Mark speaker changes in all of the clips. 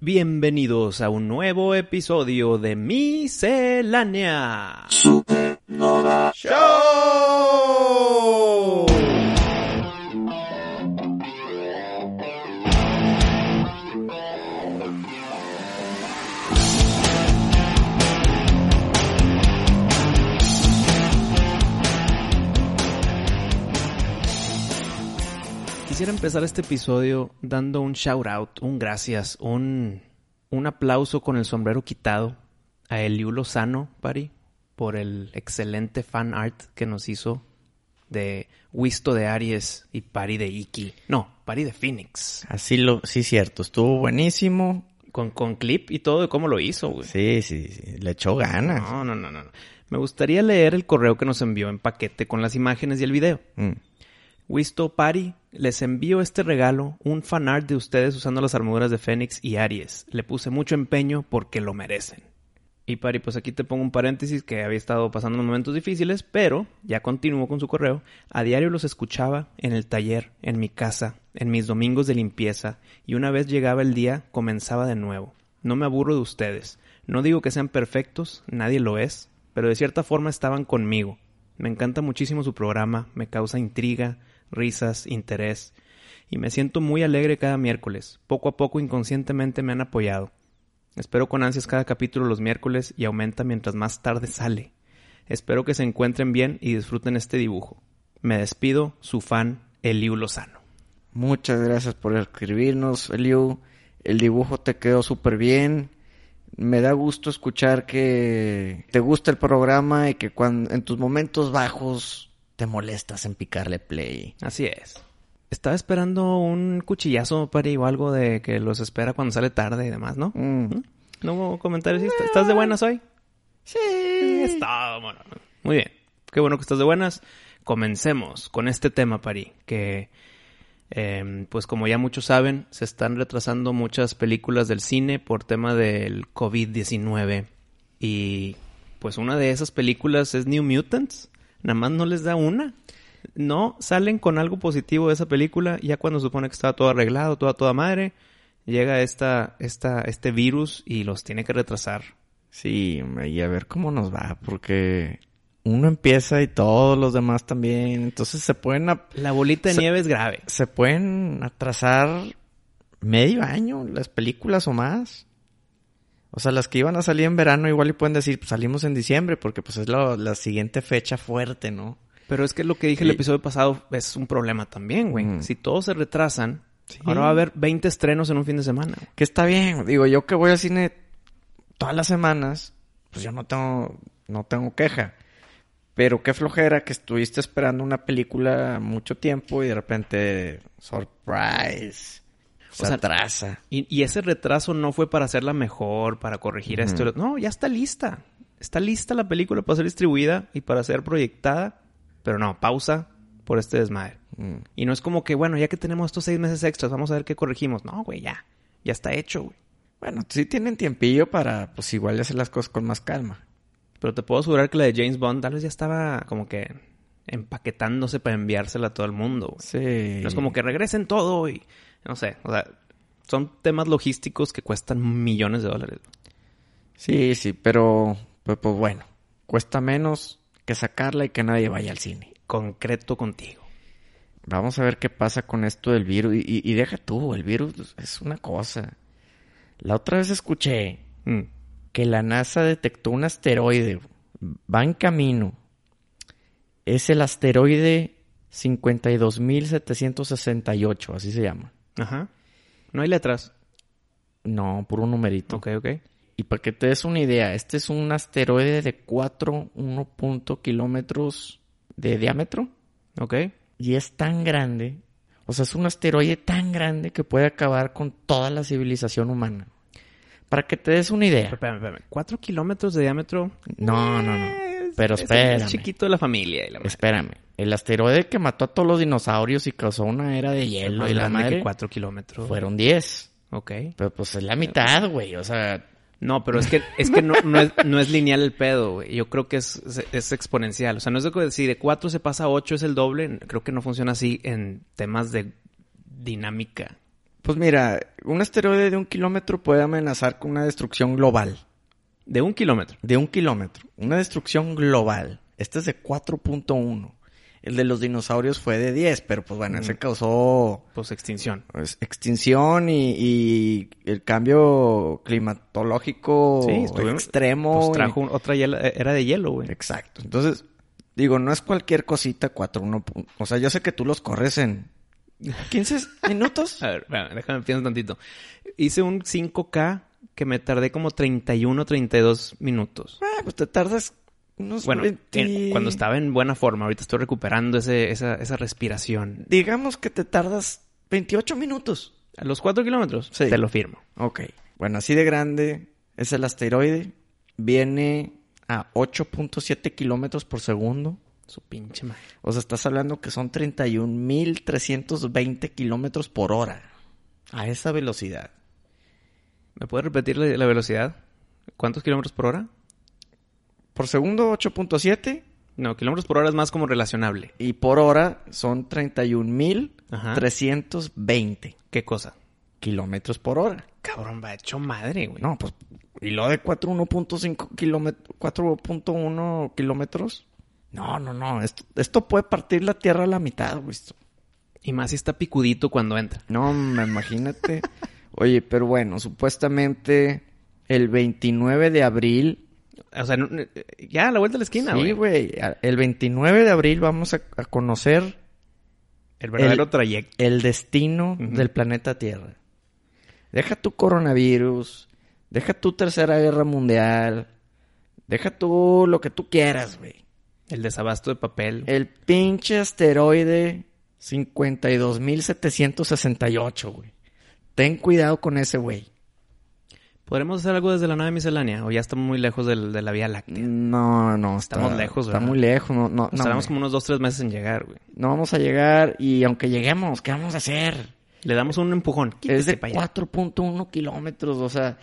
Speaker 1: Bienvenidos a un nuevo episodio de Miscelánea Show. Quisiera empezar este episodio dando un shout out, un gracias, un, un aplauso con el sombrero quitado a Eliu Lozano, Pari, por el excelente fan art que nos hizo de Wisto de Aries y Pari de Iki. No, Pari de Phoenix.
Speaker 2: Así lo, sí, cierto, estuvo buenísimo.
Speaker 1: Con, con clip y todo de cómo lo hizo, güey.
Speaker 2: Sí, sí, sí, le echó ganas.
Speaker 1: No, no, no, no. no. Me gustaría leer el correo que nos envió en paquete con las imágenes y el video.
Speaker 2: Mm.
Speaker 1: Wisto Pari, les envío este regalo, un fanart de ustedes usando las armaduras de Fénix y Aries. Le puse mucho empeño porque lo merecen. Y Pari, pues aquí te pongo un paréntesis que había estado pasando momentos difíciles, pero ya continúo con su correo. A diario los escuchaba en el taller, en mi casa, en mis domingos de limpieza, y una vez llegaba el día, comenzaba de nuevo. No me aburro de ustedes. No digo que sean perfectos, nadie lo es, pero de cierta forma estaban conmigo. Me encanta muchísimo su programa, me causa intriga, risas, interés, y me siento muy alegre cada miércoles. Poco a poco inconscientemente me han apoyado. Espero con ansias cada capítulo los miércoles y aumenta mientras más tarde sale. Espero que se encuentren bien y disfruten este dibujo. Me despido, su fan, Eliu Lozano.
Speaker 2: Muchas gracias por escribirnos, Eliu. El dibujo te quedó súper bien. Me da gusto escuchar que te gusta el programa y que cuando, en tus momentos bajos te molestas en picarle play.
Speaker 1: Así es. Estaba esperando un cuchillazo, Pari, o algo de que los espera cuando sale tarde y demás, ¿no?
Speaker 2: Mm.
Speaker 1: ¿No hubo comentarios? ¿Est- ¿Estás de buenas hoy?
Speaker 2: Sí.
Speaker 1: Es todo, mono. Muy bien. Qué bueno que estás de buenas. Comencemos con este tema, Pari, que eh, pues como ya muchos saben, se están retrasando muchas películas del cine por tema del COVID-19. Y pues una de esas películas es New Mutants. Nada más no les da una. No salen con algo positivo de esa película. Ya cuando se supone que estaba todo arreglado, toda toda madre, llega esta, esta, este virus y los tiene que retrasar.
Speaker 2: Sí, hombre, y a ver cómo nos va, porque uno empieza y todos los demás también. Entonces se pueden, ap-
Speaker 1: La bolita de
Speaker 2: Se-
Speaker 1: nieve es grave.
Speaker 2: se pueden atrasar medio año las películas o más. O sea, las que iban a salir en verano igual y pueden decir, pues salimos en diciembre, porque pues es lo- la siguiente fecha fuerte, ¿no?
Speaker 1: Pero es que lo que dije el
Speaker 2: Y-
Speaker 1: episodio pasado es un problema también, güey.
Speaker 2: Mm.
Speaker 1: Si todos se retrasan,
Speaker 2: Sí.
Speaker 1: ahora va a haber 20 estrenos en un fin de semana. güey.
Speaker 2: Que está bien, digo, yo que voy al cine todas las semanas, pues yo no tengo, no tengo queja. Pero qué flojera que estuviste esperando una película mucho tiempo y de repente, surprise, se
Speaker 1: O sea,
Speaker 2: atrasa.
Speaker 1: Y, y ese retraso no fue para hacerla mejor, para corregir esto. y lo- No, ya está lista. Está lista la película para ser distribuida y para ser proyectada. Pero no, pausa por este desmadre.
Speaker 2: Mm.
Speaker 1: Y no es como que, bueno, ya que tenemos estos seis meses extras, vamos a ver qué corregimos. No, güey, ya. Ya está hecho, güey.
Speaker 2: Bueno, sí tienen tiempillo para, pues igual hacer las cosas con más calma.
Speaker 1: Pero te puedo asegurar que la de James Bond tal vez ya estaba como que empaquetándose para enviársela a todo el mundo. güey.
Speaker 2: Sí.
Speaker 1: No es como que regresen todo y no sé, o sea, son temas logísticos que cuestan millones de dólares.
Speaker 2: Sí, sí, pero pues, pues bueno, cuesta menos que sacarla y que nadie vaya al cine.
Speaker 1: Concreto contigo.
Speaker 2: Vamos a ver qué pasa con esto del virus. Y, y- y deja tú, el virus es una cosa. La otra vez escuché
Speaker 1: Mm.
Speaker 2: que la NASA detectó un asteroide. Va en camino. Es el asteroide 52.768, así se llama.
Speaker 1: Ajá. No hay letras.
Speaker 2: No, por un numerito.
Speaker 1: Ok, ok.
Speaker 2: Y para que te des una idea, este es un asteroide de 4, 1. kilómetros de diámetro.
Speaker 1: Ok.
Speaker 2: Y es tan grande, o sea, es un asteroide tan grande que puede acabar con toda la civilización humana. Para que te des una
Speaker 1: Pero
Speaker 2: idea.
Speaker 1: espérame, espérame. Cuatro kilómetros de diámetro. Eh,
Speaker 2: No, no, no.
Speaker 1: Es-
Speaker 2: Pero
Speaker 1: es el
Speaker 2: espérame.
Speaker 1: más chiquito de la familia. y la madre.
Speaker 2: Espérame. El asteroide que mató a todos los dinosaurios y causó una era de
Speaker 1: Es
Speaker 2: hielo
Speaker 1: más
Speaker 2: y la
Speaker 1: grande que
Speaker 2: madre.
Speaker 1: cuatro kilómetros.
Speaker 2: Fueron 10.
Speaker 1: Ok.
Speaker 2: Pero pues es la mitad, güey. O sea,
Speaker 1: No, pero es que, es que no, no es, no es lineal el pedo, güey. Yo creo que es, es- es exponencial. O sea, no es de que si de 4 se pasa a 8 es el doble. Creo que no funciona así en temas de dinámica.
Speaker 2: Pues mira, un asteroide de un kilómetro puede amenazar con una destrucción global.
Speaker 1: De un kilómetro.
Speaker 2: De un kilómetro. Una destrucción global. Este es de 4.1. El de los dinosaurios fue de 10, pero pues bueno,
Speaker 1: Mm.
Speaker 2: ese causó
Speaker 1: Pues extinción.
Speaker 2: pues, extinción y, y el cambio climatológico
Speaker 1: Sí, estuvimos-
Speaker 2: extremo.
Speaker 1: Pues
Speaker 2: y-
Speaker 1: trajo un- otra hiela- era de hielo, güey.
Speaker 2: Exacto. Entonces, digo, no es cualquier cosita 4.1. pu- O sea, yo sé que tú los corres en 15 minutos.
Speaker 1: A ver, espérame, déjame pienso tantito. Hice un 5K que me tardé como 31, 32 minutos.
Speaker 2: Ah, pues te tardas unos
Speaker 1: Bueno, en-
Speaker 2: 20.
Speaker 1: cuando estaba en buena forma, ahorita estoy recuperando ese- esa, esa respiración.
Speaker 2: Digamos que te tardas 28 minutos.
Speaker 1: A los 4 kilómetros,
Speaker 2: Sí.
Speaker 1: te lo firmo.
Speaker 2: Ok. Bueno, así de grande es el asteroide. Viene a 8.7 kilómetros por segundo.
Speaker 1: Su pinche madre.
Speaker 2: O sea, estás hablando que son 31.320 kilómetros por hora. A esa velocidad.
Speaker 1: ¿Me puedes repetir la, la velocidad? ¿Cuántos kilómetros por hora?
Speaker 2: Por segundo 8.7
Speaker 1: No, kilómetros por hora es más como relacionable.
Speaker 2: y por hora son
Speaker 1: Ajá.
Speaker 2: 31.320
Speaker 1: ¿Qué cosa?
Speaker 2: kilómetros por hora.
Speaker 1: Cabrón, va hecho madre, güey.
Speaker 2: No, pues. Y lo de 4.1.5 kilómetros. 4.1 kilómetros. No, no, no. Esto, esto puede partir la tierra a la mitad, güey. esto.
Speaker 1: Y más si está picudito cuando entra.
Speaker 2: No, me imagínate. Oye, pero bueno, supuestamente el 29 de abril.
Speaker 1: O sea, no- no- ya a la vuelta de la esquina,
Speaker 2: sí,
Speaker 1: güey.
Speaker 2: güey. a- El 29 de abril vamos a, a conocer
Speaker 1: el verdadero
Speaker 2: El-
Speaker 1: trayecto.
Speaker 2: el destino
Speaker 1: Ujú.
Speaker 2: del planeta Tierra. Deja tu coronavirus. Deja tu tercera guerra mundial. Deja tú lo que tú quieras, güey.
Speaker 1: El desabasto de papel.
Speaker 2: El pinche asteroide 52.768, güey. Ten cuidado con ese, güey.
Speaker 1: ¿Podremos hacer algo desde la nave miscelánea? ¿O ya estamos muy lejos del- de la Vía Láctea?
Speaker 2: No, no, está-
Speaker 1: Estamos lejos,
Speaker 2: Está
Speaker 1: ¿verdad?
Speaker 2: muy lejos, no, no,
Speaker 1: Nos
Speaker 2: no,
Speaker 1: tardamos
Speaker 2: güey.
Speaker 1: como unos dos, tres meses en llegar, güey.
Speaker 2: No vamos a llegar y aunque lleguemos, ¿qué vamos a hacer?
Speaker 1: Le damos un empujón.
Speaker 2: es
Speaker 1: Quítese
Speaker 2: de
Speaker 1: para allá.
Speaker 2: 4.1 kilómetros, o sea,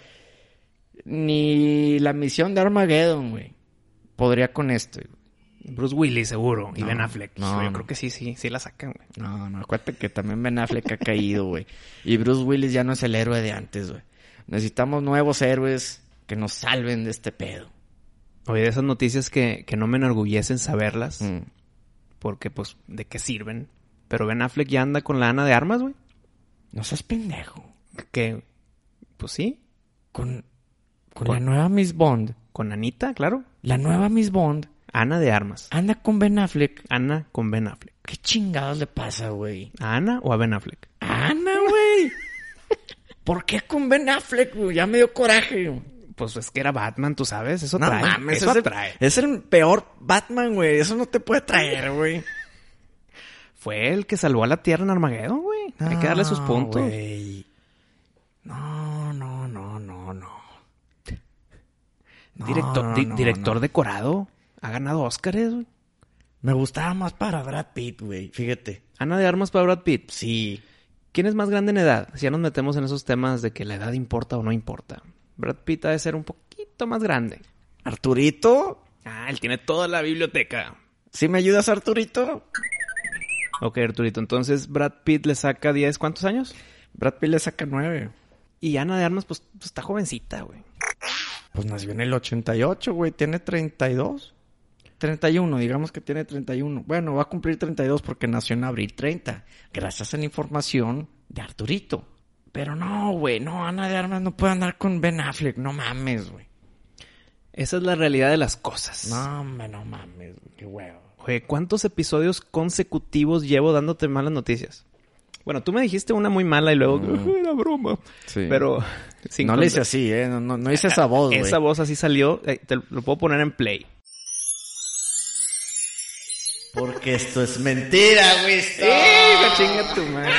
Speaker 2: ni la misión de Armageddon, güey, podría con esto. güey.
Speaker 1: Bruce Willis, seguro. Y
Speaker 2: No,
Speaker 1: Ben Affleck.
Speaker 2: no,
Speaker 1: Yo
Speaker 2: no.
Speaker 1: creo que sí, sí. Sí la sacan, güey.
Speaker 2: No, no, acuérdate que también Ben Affleck ha caído, güey. Y Bruce Willis ya no es el héroe de antes, güey. Necesitamos nuevos héroes que nos salven de este pedo.
Speaker 1: Oye, de esas noticias que, que no me enorgullecen saberlas.
Speaker 2: Mm.
Speaker 1: Porque, pues, ¿de qué sirven? Pero Ben Affleck ya anda con la Ana de Armas, güey.
Speaker 2: No seas pendejo.
Speaker 1: Que, pues sí,
Speaker 2: Con, con
Speaker 1: ¿Cuál?
Speaker 2: la nueva Miss Bond,
Speaker 1: con Anita, claro.
Speaker 2: la nueva Miss Bond
Speaker 1: Ana de Armas.
Speaker 2: anda con Ben Affleck.
Speaker 1: Ana con Ben Affleck.
Speaker 2: ¿Qué chingados le pasa, güey?
Speaker 1: ¿A Ana o a Ben Affleck?
Speaker 2: ¡A Ana, güey. ¿Por qué con Ben Affleck, güey? Ya me dio coraje. güey.
Speaker 1: Pues es que era Batman, tú sabes. Eso
Speaker 2: No
Speaker 1: trae.
Speaker 2: mames,
Speaker 1: eso
Speaker 2: es el-
Speaker 1: atrae.
Speaker 2: es el peor Batman, güey. Eso no te puede traer, güey.
Speaker 1: Fue el que salvó a la Tierra en Armageddon, güey. Hay que darle sus
Speaker 2: No,
Speaker 1: puntos.
Speaker 2: Ah, güey. No, no, no, no, no. No,
Speaker 1: Director,
Speaker 2: no,
Speaker 1: di-
Speaker 2: no,
Speaker 1: director
Speaker 2: no.
Speaker 1: decorado. Ha ganado Óscares, güey.
Speaker 2: Me gustaba más para Brad Pitt, güey. Fíjate.
Speaker 1: Ana de Armas para Brad Pitt.
Speaker 2: Sí.
Speaker 1: ¿Quién es más grande en edad? Si ya nos metemos en esos temas de que la edad importa o no importa. Brad Pitt ha de ser un poquito más grande.
Speaker 2: Arturito.
Speaker 1: Ah, él tiene toda la biblioteca.
Speaker 2: ¿Sí me ayudas, Arturito?
Speaker 1: Ok, Arturito, entonces Brad Pitt le saca 10, ¿cuántos años?
Speaker 2: Brad Pitt le saca nueve.
Speaker 1: Y Ana de Armas, pues, pues, está jovencita, güey.
Speaker 2: Pues nació en el 88, güey. Tiene 32. 31, digamos que tiene 31. Bueno, va a cumplir 32 porque nació en abril 30. Gracias a la información de Arturito. Pero no, güey. No, Ana de Armas no puede andar con Ben Affleck. No mames, güey.
Speaker 1: Esa es la realidad de las cosas.
Speaker 2: No, hombre, no mames. güey, Qué huevo.
Speaker 1: Oye, ¿cuántos episodios consecutivos llevo dándote malas noticias? Bueno, tú me dijiste una muy mala y luego, era broma.
Speaker 2: Mm. Sí.
Speaker 1: Pero... sin
Speaker 2: no le hice
Speaker 1: contar-
Speaker 2: así, ¿eh? No, no, no hice esa voz, güey.
Speaker 1: Esa voz así salió, eh, te lo puedo poner en play.
Speaker 2: Porque esto es mentira, güey. esto-
Speaker 1: chinga tu madre!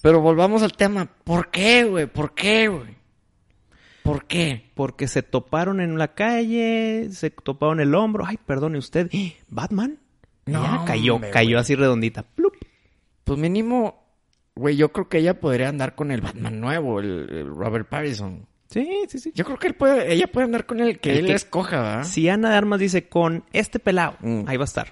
Speaker 2: Pero volvamos al tema. ¿Por qué, güey? ¿Por qué, güey? ¿Por qué?
Speaker 1: Porque se toparon en la calle, se toparon el hombro. Ay, perdone usted. ¡Eh! ¿Batman?
Speaker 2: No,
Speaker 1: Ya cayó,
Speaker 2: hombre,
Speaker 1: cayó
Speaker 2: güey.
Speaker 1: así redondita. Plup.
Speaker 2: Pues mínimo, güey, yo creo que ella podría andar con el Batman nuevo, el, el Robert Pattinson.
Speaker 1: Sí, sí, sí.
Speaker 2: Yo creo que él puede, ella puede andar con el que
Speaker 1: El
Speaker 2: él
Speaker 1: que-
Speaker 2: escoja, ¿verdad?
Speaker 1: Si Ana de Armas dice con este pelado,
Speaker 2: Mm.
Speaker 1: ahí va a estar.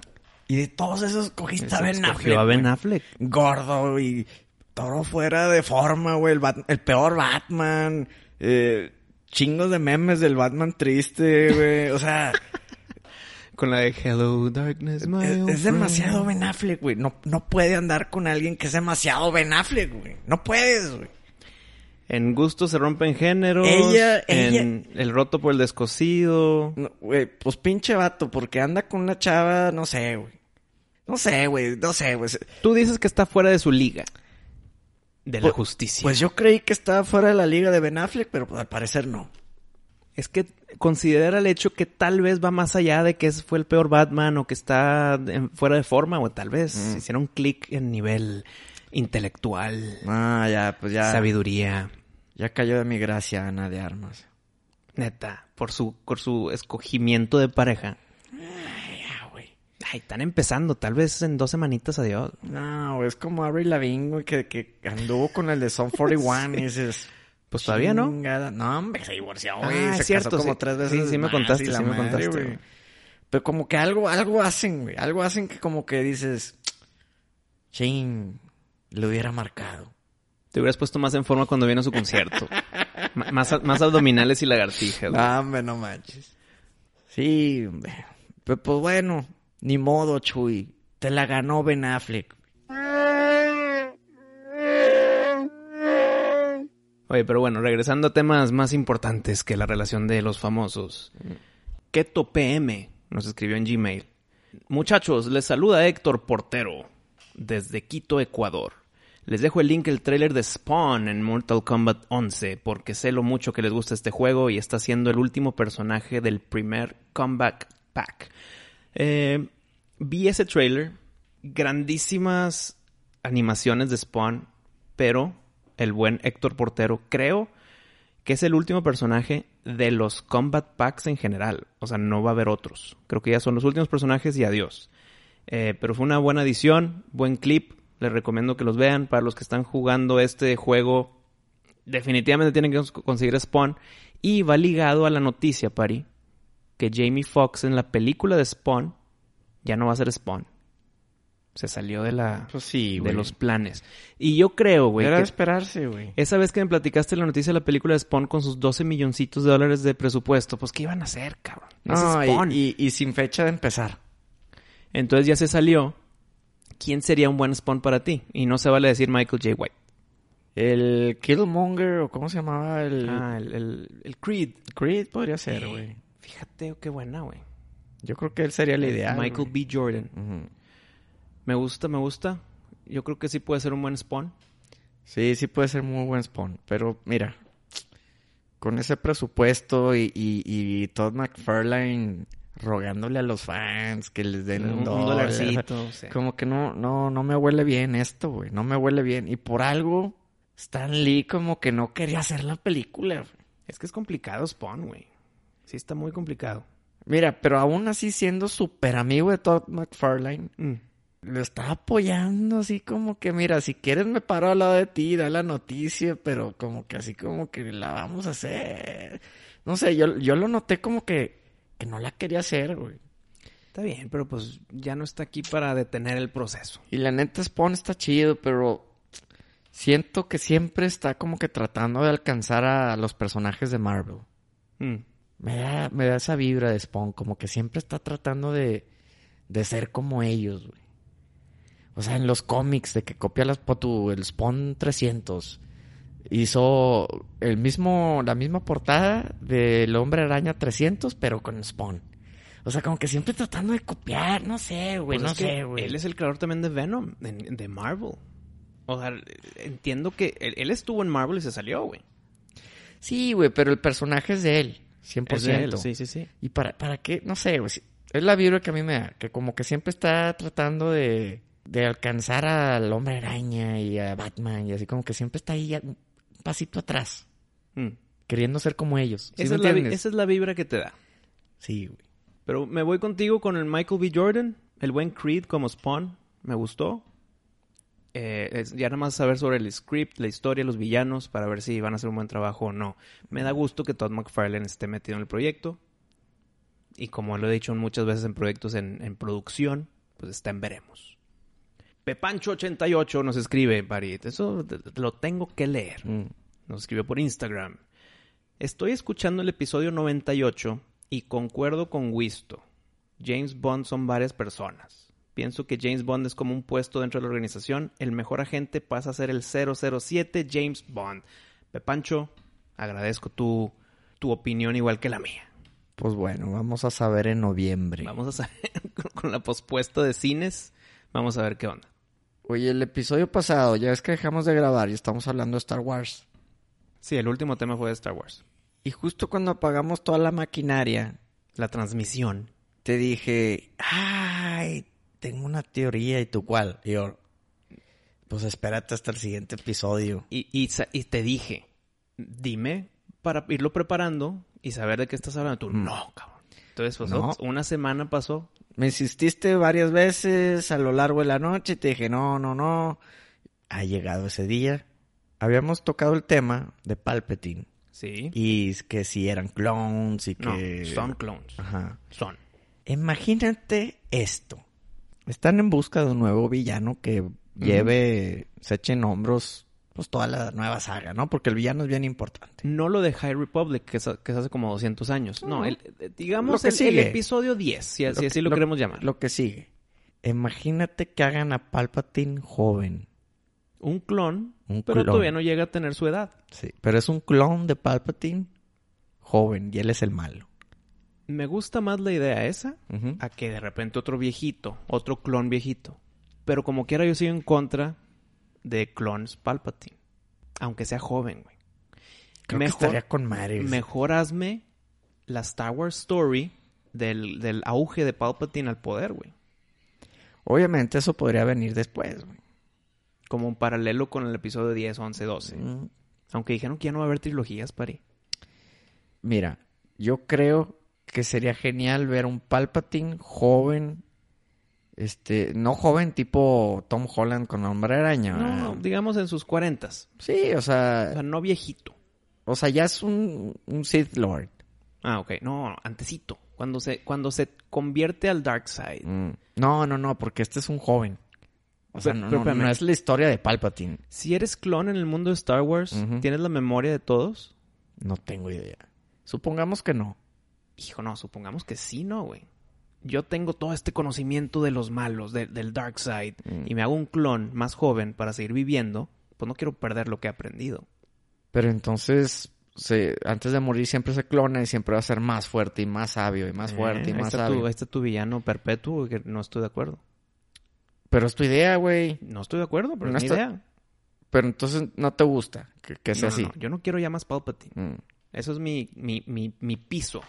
Speaker 2: Y de todos esos cogiste
Speaker 1: Escogió a Ben Affleck.
Speaker 2: gordo y todo fuera de forma, güey. El, Bat- el peor Batman. eh, chingos de memes del Batman triste, güey. O sea,
Speaker 1: Con la de Hello Darkness, my
Speaker 2: es,
Speaker 1: old
Speaker 2: es demasiado
Speaker 1: friend".
Speaker 2: Ben Affleck, güey. No, no puede andar con alguien que es demasiado Ben Affleck, güey. No puedes, güey.
Speaker 1: En gusto se rompen géneros.
Speaker 2: Ella- ella-
Speaker 1: En el roto por el descosido.
Speaker 2: No, Güey, pues pinche vato, porque anda con una chava, no sé, güey. No sé, güey, no sé, güey.
Speaker 1: Tú dices que está fuera de su liga. De la
Speaker 2: Pues-
Speaker 1: justicia.
Speaker 2: Pues yo creí que estaba fuera de la liga de Ben Affleck, pero pues, al parecer no.
Speaker 1: Es que considera el hecho que tal vez va más allá de que ese fue el peor Batman o que está en- fuera de forma o tal vez hicieron clic en nivel intelectual,
Speaker 2: Ah, ya, pues ya.
Speaker 1: sabiduría,
Speaker 2: Ya cayó de mi gracia Ana de Armas.
Speaker 1: neta, por su por su escogimiento de pareja.
Speaker 2: Ya, güey.
Speaker 1: Ay, están empezando, tal vez en dos semanitas, adiós.
Speaker 2: No, güey, es como Avril Lavigne, güey, que, que anduvo con el de Son 41 y dices...
Speaker 1: Pues todavía no.
Speaker 2: "Chingada". No, hombre, se divorció, güey.
Speaker 1: Ah,
Speaker 2: se
Speaker 1: es cierto,
Speaker 2: casó como
Speaker 1: sí.
Speaker 2: tres
Speaker 1: Sí,
Speaker 2: veces
Speaker 1: sí me
Speaker 2: más
Speaker 1: contaste,
Speaker 2: y la
Speaker 1: sí me
Speaker 2: madre,
Speaker 1: contaste,
Speaker 2: güey.
Speaker 1: güey.
Speaker 2: Pero como que algo, algo hacen, güey. Algo hacen que como que dices... Ching, lo hubiera marcado.
Speaker 1: Te hubieras puesto más en forma cuando viene a su concierto. M- más, a- más abdominales y lagartijas. güey.
Speaker 2: No, hombre, no manches. Sí, hombre. Pero pues bueno, ni modo, Chuy. Te la ganó Ben Affleck.
Speaker 1: Oye, pero bueno, regresando a temas más importantes que la relación de los famosos. Keto PM nos escribió en Gmail. Muchachos, les saluda Héctor Portero desde Quito, Ecuador. Les dejo el link el tráiler de Spawn en Mortal Kombat 11 porque sé lo mucho que les gusta este juego y está siendo el último personaje del primer Comeback Pack. Eh, vi ese trailer, grandísimas animaciones de Spawn, pero el buen Héctor Portero creo que es el último personaje de los Combat Packs en general. O sea, no va a haber otros. Creo que ya son los últimos personajes y adiós. Eh, pero fue una buena edición, buen clip. Les recomiendo que los vean. Para los que están jugando este juego, definitivamente tienen que cons- conseguir Spawn. Y va ligado a la noticia, Pari, que Jamie Foxx en la película de Spawn ya no va a ser Spawn. Se salió de la
Speaker 2: Pues sí,
Speaker 1: de los planes. Y yo creo, güey,
Speaker 2: Era
Speaker 1: que-
Speaker 2: de esperarse, güey.
Speaker 1: esa vez que me platicaste la noticia de la película de Spawn con sus 12 milloncitos de dólares de presupuesto, pues ¿qué iban a hacer, cabrón? Es
Speaker 2: No,
Speaker 1: Spawn.
Speaker 2: y, y- y sin fecha de empezar.
Speaker 1: Entonces ya se salió. ¿Quién sería un buen Spawn para ti? Y no se vale decir Michael J. White.
Speaker 2: El Killmonger, o cómo se llamaba el
Speaker 1: Ah, el, el- el Creed.
Speaker 2: Creed podría ser, güey.
Speaker 1: Fíjate oh, qué buena, güey.
Speaker 2: Yo creo que él sería el ideal.
Speaker 1: Michael
Speaker 2: güey.
Speaker 1: B. Jordan.
Speaker 2: Ujú.
Speaker 1: Me gusta, me gusta. Yo creo que sí puede ser un buen Spawn.
Speaker 2: Sí, sí puede ser muy buen spawn. Pero mira, con ese presupuesto y, y, y Todd McFarlane rogándole a los fans que les den un, dólar.
Speaker 1: sí.
Speaker 2: Como que no, no, no me huele bien esto, güey. No me huele bien. Y por algo, Stan Lee como que no quería hacer la película, güey.
Speaker 1: Es que es complicado Spawn, güey. Sí está muy complicado.
Speaker 2: Mira, pero aún así siendo súper amigo de Todd McFarlane,
Speaker 1: Mm.
Speaker 2: lo está apoyando así como que, mira, si quieres me paro al lado de ti, da la noticia, pero como que así como que la vamos a hacer. No sé, yo, yo lo noté como que, que no la quería hacer, güey.
Speaker 1: Está bien, pero pues ya no está aquí para detener el proceso.
Speaker 2: Y la neta Spawn está chido, pero siento que siempre está como que tratando de alcanzar a los personajes de Marvel.
Speaker 1: Mm.
Speaker 2: Me da, me da esa vibra de Spawn, como que siempre está tratando de, de ser como ellos, güey. O sea, en los cómics, de que copia las po- tu- el Spawn 300. Hizo el mismo, la misma portada del Hombre Araña 300, pero con Spawn. O sea, como que siempre tratando de copiar, no sé, güey,
Speaker 1: Pues
Speaker 2: no
Speaker 1: es que
Speaker 2: sé, güey.
Speaker 1: Él es el creador también de Venom, de, de Marvel. O sea, entiendo que él, él estuvo en Marvel y se salió, güey.
Speaker 2: Sí, güey, pero el personaje es de él, 100%.
Speaker 1: Es de él, Sí, sí, sí.
Speaker 2: ¿Y para, para qué? No sé, güey. si- Es la vibra que a mí me da, que como que siempre está tratando de, de alcanzar al hombre araña y a Batman y así como que siempre está ahí un pasito atrás,
Speaker 1: Mm.
Speaker 2: queriendo ser como ellos. ¿Sí
Speaker 1: Esa,
Speaker 2: me
Speaker 1: es la, vi-
Speaker 2: entiendes?
Speaker 1: esa es la vibra que te da.
Speaker 2: Sí, güey.
Speaker 1: Pero me voy contigo con el Michael B. Jordan, el buen Creed como Spawn, me gustó. Eh, es- ya nada más saber sobre el script, la historia, los villanos, para ver si van a hacer un buen trabajo o no. Me da gusto que Todd McFarlane esté metido en el proyecto. Y como lo he dicho muchas veces en proyectos en, en producción, pues está en veremos. Pepancho88 nos escribe, Barit. Eso te- te lo tengo que leer.
Speaker 2: Mm.
Speaker 1: Nos escribió por Instagram. Estoy escuchando el episodio 98 y concuerdo con Wisto. James Bond son varias personas. Pienso que James Bond es como un puesto dentro de la organización. El mejor agente pasa a ser el 007 James Bond. Pepancho, agradezco tu, tu opinión igual que la mía.
Speaker 2: Pues bueno, vamos a saber en noviembre.
Speaker 1: Vamos a saber con- con la pospuesta de cines. Vamos a ver qué onda.
Speaker 2: Oye, el episodio pasado, ya ves que dejamos de grabar y estamos hablando de Star Wars.
Speaker 1: Sí, el último tema fue de Star Wars.
Speaker 2: Y justo cuando apagamos toda la maquinaria,
Speaker 1: La transmisión.
Speaker 2: te dije, ay, tengo una teoría y tú cuál. Y yo, pues espérate hasta el siguiente episodio.
Speaker 1: Y, y sa- y te dije, dime para irlo preparando y saber de qué estás hablando. Tú, no, cabrón. Entonces, pues,
Speaker 2: No.
Speaker 1: una semana pasó.
Speaker 2: Me insististe varias veces a lo largo de la noche y te dije, no, no, no. Ha llegado ese día. Habíamos tocado el tema de Palpatine.
Speaker 1: Sí.
Speaker 2: Y que si eran clones y
Speaker 1: no,
Speaker 2: que...
Speaker 1: son clones.
Speaker 2: Ajá.
Speaker 1: Son.
Speaker 2: Imagínate esto. Están en busca de un nuevo villano que lleve, se eche en hombros, pues toda la nueva saga, ¿no? Porque el villano es bien importante.
Speaker 1: No lo de High Republic, que es, que es hace como 200 años. No, el- eh,
Speaker 2: Lo
Speaker 1: digamos
Speaker 2: que
Speaker 1: el, el
Speaker 2: sigue.
Speaker 1: episodio 10, si así,
Speaker 2: que-
Speaker 1: así lo, queremos llamar.
Speaker 2: Lo que sigue. Imagínate que hagan a Palpatine joven.
Speaker 1: un clon,
Speaker 2: Un
Speaker 1: pero
Speaker 2: clon.
Speaker 1: todavía no llega a tener su edad.
Speaker 2: Sí. Pero es un clon de Palpatine joven y él es el malo.
Speaker 1: Me gusta más la idea esa
Speaker 2: Ujú.
Speaker 1: a que de repente otro viejito, otro clon viejito. Pero como quiera yo sigo en contra de clones Palpatine. Aunque sea joven, güey.
Speaker 2: Creo
Speaker 1: mejor-
Speaker 2: que estaría con madre.
Speaker 1: Mejor hazme la Star Wars Story del, del auge de Palpatine al poder, güey.
Speaker 2: Obviamente eso podría venir después, güey.
Speaker 1: Como un paralelo con el episodio 10, 11, 12.
Speaker 2: Mm.
Speaker 1: Aunque dijeron que ya no va a haber trilogías, pari.
Speaker 2: Mira, yo creo que sería genial ver un Palpatine joven, este, no joven tipo Tom Holland con Hombre Araña.
Speaker 1: No,
Speaker 2: ¿verdad?
Speaker 1: no, digamos en sus cuarentas.
Speaker 2: sí, o
Speaker 1: O
Speaker 2: sea,
Speaker 1: sea, no viejito.
Speaker 2: o sea, ya es un, un Sith Lord.
Speaker 1: Ah, ok. No, no, antecito. Cuando se, cuando se convierte al Dark Side.
Speaker 2: Mm. No, no, no, porque este es un joven. O sea,
Speaker 1: Pero-
Speaker 2: no,
Speaker 1: pero
Speaker 2: no-
Speaker 1: espérame.
Speaker 2: no es la historia de Palpatine.
Speaker 1: Si eres clon en el mundo de Star Wars,
Speaker 2: Ujú.
Speaker 1: ¿tienes la memoria de todos?
Speaker 2: No tengo idea. Supongamos que no.
Speaker 1: Hijo, no, supongamos que sí, no, güey. Yo tengo todo este conocimiento de los malos, de- del Dark Side,
Speaker 2: Mm.
Speaker 1: y me hago un clon más joven para seguir viviendo, pues no quiero perder lo que he aprendido.
Speaker 2: Pero entonces, se, antes de morir siempre se clona y siempre va a ser más fuerte y más sabio y más
Speaker 1: Eh,
Speaker 2: fuerte y
Speaker 1: ahí
Speaker 2: más
Speaker 1: está tu,
Speaker 2: sabio.
Speaker 1: ahí está tu villano perpetuo, güey, que no estoy de acuerdo.
Speaker 2: Pero es tu idea, güey.
Speaker 1: No estoy de acuerdo, pero
Speaker 2: No
Speaker 1: es mi
Speaker 2: está-
Speaker 1: idea.
Speaker 2: Pero entonces no te gusta que, que sea
Speaker 1: No, no,
Speaker 2: así.
Speaker 1: no, yo no quiero ya más Palpatine.
Speaker 2: Mm.
Speaker 1: Eso es mi, mi, mi, mi piso.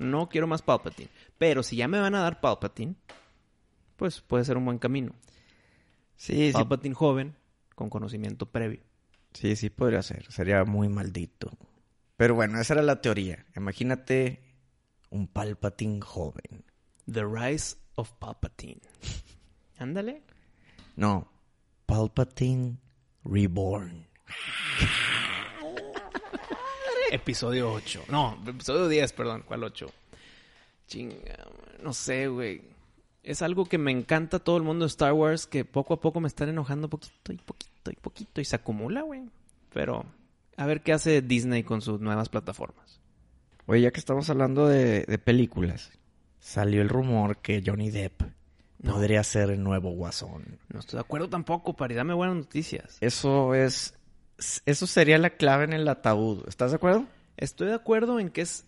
Speaker 1: No quiero más Palpatine. Pero si ya me van a dar Palpatine, pues puede ser un buen camino.
Speaker 2: Sí, sí,
Speaker 1: Palpatine joven, con conocimiento previo.
Speaker 2: sí, sí podría ser. Sería muy maldito. Pero bueno, esa era la teoría. Imagínate un Palpatine joven.
Speaker 1: The Rise of Palpatine. Ándale.
Speaker 2: No, Palpatine Reborn.
Speaker 1: Episodio 8. No, episodio 10, perdón. ¿Cuál 8? Chinga, no sé, güey. Es algo que me encanta a todo el mundo de Star Wars, que poco a poco me están enojando poquito y poquito y poquito y se acumula, güey. Pero a ver qué hace Disney con sus nuevas plataformas.
Speaker 2: Oye, ya que estamos hablando de, de películas, salió el rumor que Johnny Depp
Speaker 1: No.
Speaker 2: podría ser el nuevo Guasón.
Speaker 1: No estoy de acuerdo tampoco, Pari. Dame buenas noticias.
Speaker 2: Eso es... Eso sería la clave en el ataúd. ¿Estás de acuerdo?
Speaker 1: Estoy de acuerdo en que es,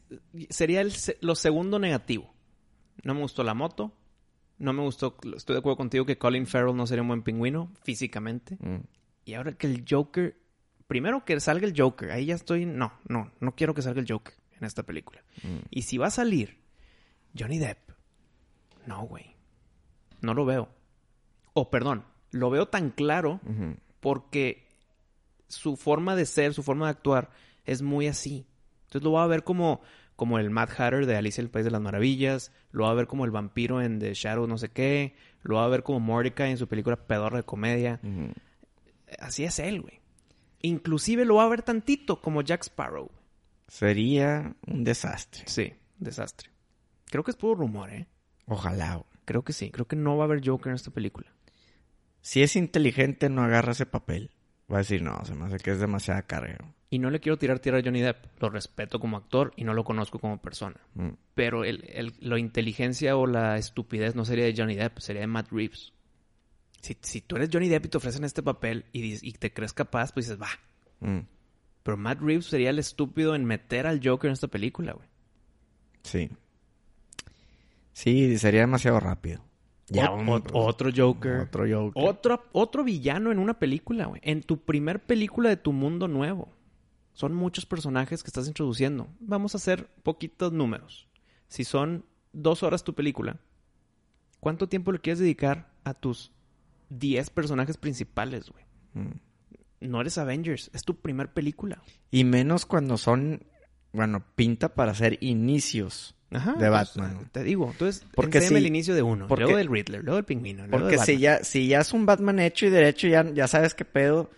Speaker 1: sería el, se- lo segundo negativo. No me gustó la moto. No me gustó. Estoy de acuerdo contigo que Colin Farrell no sería un buen pingüino físicamente.
Speaker 2: Mm,
Speaker 1: Y ahora que el Joker. Primero que salga el Joker. Ahí ya estoy. No, no, no quiero que salga el Joker en esta película. Y si va a salir Johnny Depp. No, güey. No lo veo. o perdón, lo veo tan claro porque su forma de ser, su forma de actuar es muy así. Entonces lo va a ver como, como el Mad Hatter de Alicia en el País de las Maravillas, lo va a ver como el vampiro en The Shadow no sé qué, lo va a ver como Mordecai en su película pedorra de comedia. Así es él, güey. Inclusive lo va a ver tantito como Jack Sparrow.
Speaker 2: Sería un desastre.
Speaker 1: Sí, desastre. Creo que es puro rumor, ¿eh?
Speaker 2: Ojalá. güey.
Speaker 1: Creo que sí. Creo que no va a haber Joker en esta película.
Speaker 2: Si es inteligente, no agarra ese papel. Va a decir, no, se me hace que es demasiada carga. güey.
Speaker 1: Y no le quiero tirar tierra a Johnny Depp. Lo respeto como actor y no lo conozco como persona.
Speaker 2: Mm.
Speaker 1: Pero el, el- la inteligencia o la estupidez no sería de Johnny Depp, sería de Matt Reeves. Si, si tú eres Johnny Depp y te ofrecen este papel y, dices- y te crees capaz, pues dices, va.
Speaker 2: Mm.
Speaker 1: Pero Matt Reeves sería el estúpido en meter al Joker en esta película, güey.
Speaker 2: Sí. Sí, sería demasiado rápido.
Speaker 1: O-
Speaker 2: un-
Speaker 1: ot- otro Joker.
Speaker 2: Otro Joker.
Speaker 1: Otro, otro villano en una película, güey. En tu primer película de tu mundo nuevo. Son muchos personajes que estás introduciendo. Vamos a hacer poquitos números. Si son dos horas tu película, ¿cuánto tiempo le quieres dedicar a tus 10 personajes principales, güey?
Speaker 2: Mm.
Speaker 1: No eres Avengers, es tu primer película.
Speaker 2: Y menos cuando son, bueno, pinta para hacer inicios
Speaker 1: Ajá.
Speaker 2: de
Speaker 1: pues,
Speaker 2: Batman.
Speaker 1: te digo, entonces,
Speaker 2: Porque
Speaker 1: enséñame
Speaker 2: si-
Speaker 1: el inicio de uno,
Speaker 2: porque-
Speaker 1: luego del Riddler, luego del Pingüino, luego
Speaker 2: Porque
Speaker 1: de
Speaker 2: si
Speaker 1: Batman.
Speaker 2: ya, si ya es un Batman hecho y derecho, ya, ya sabes qué pedo,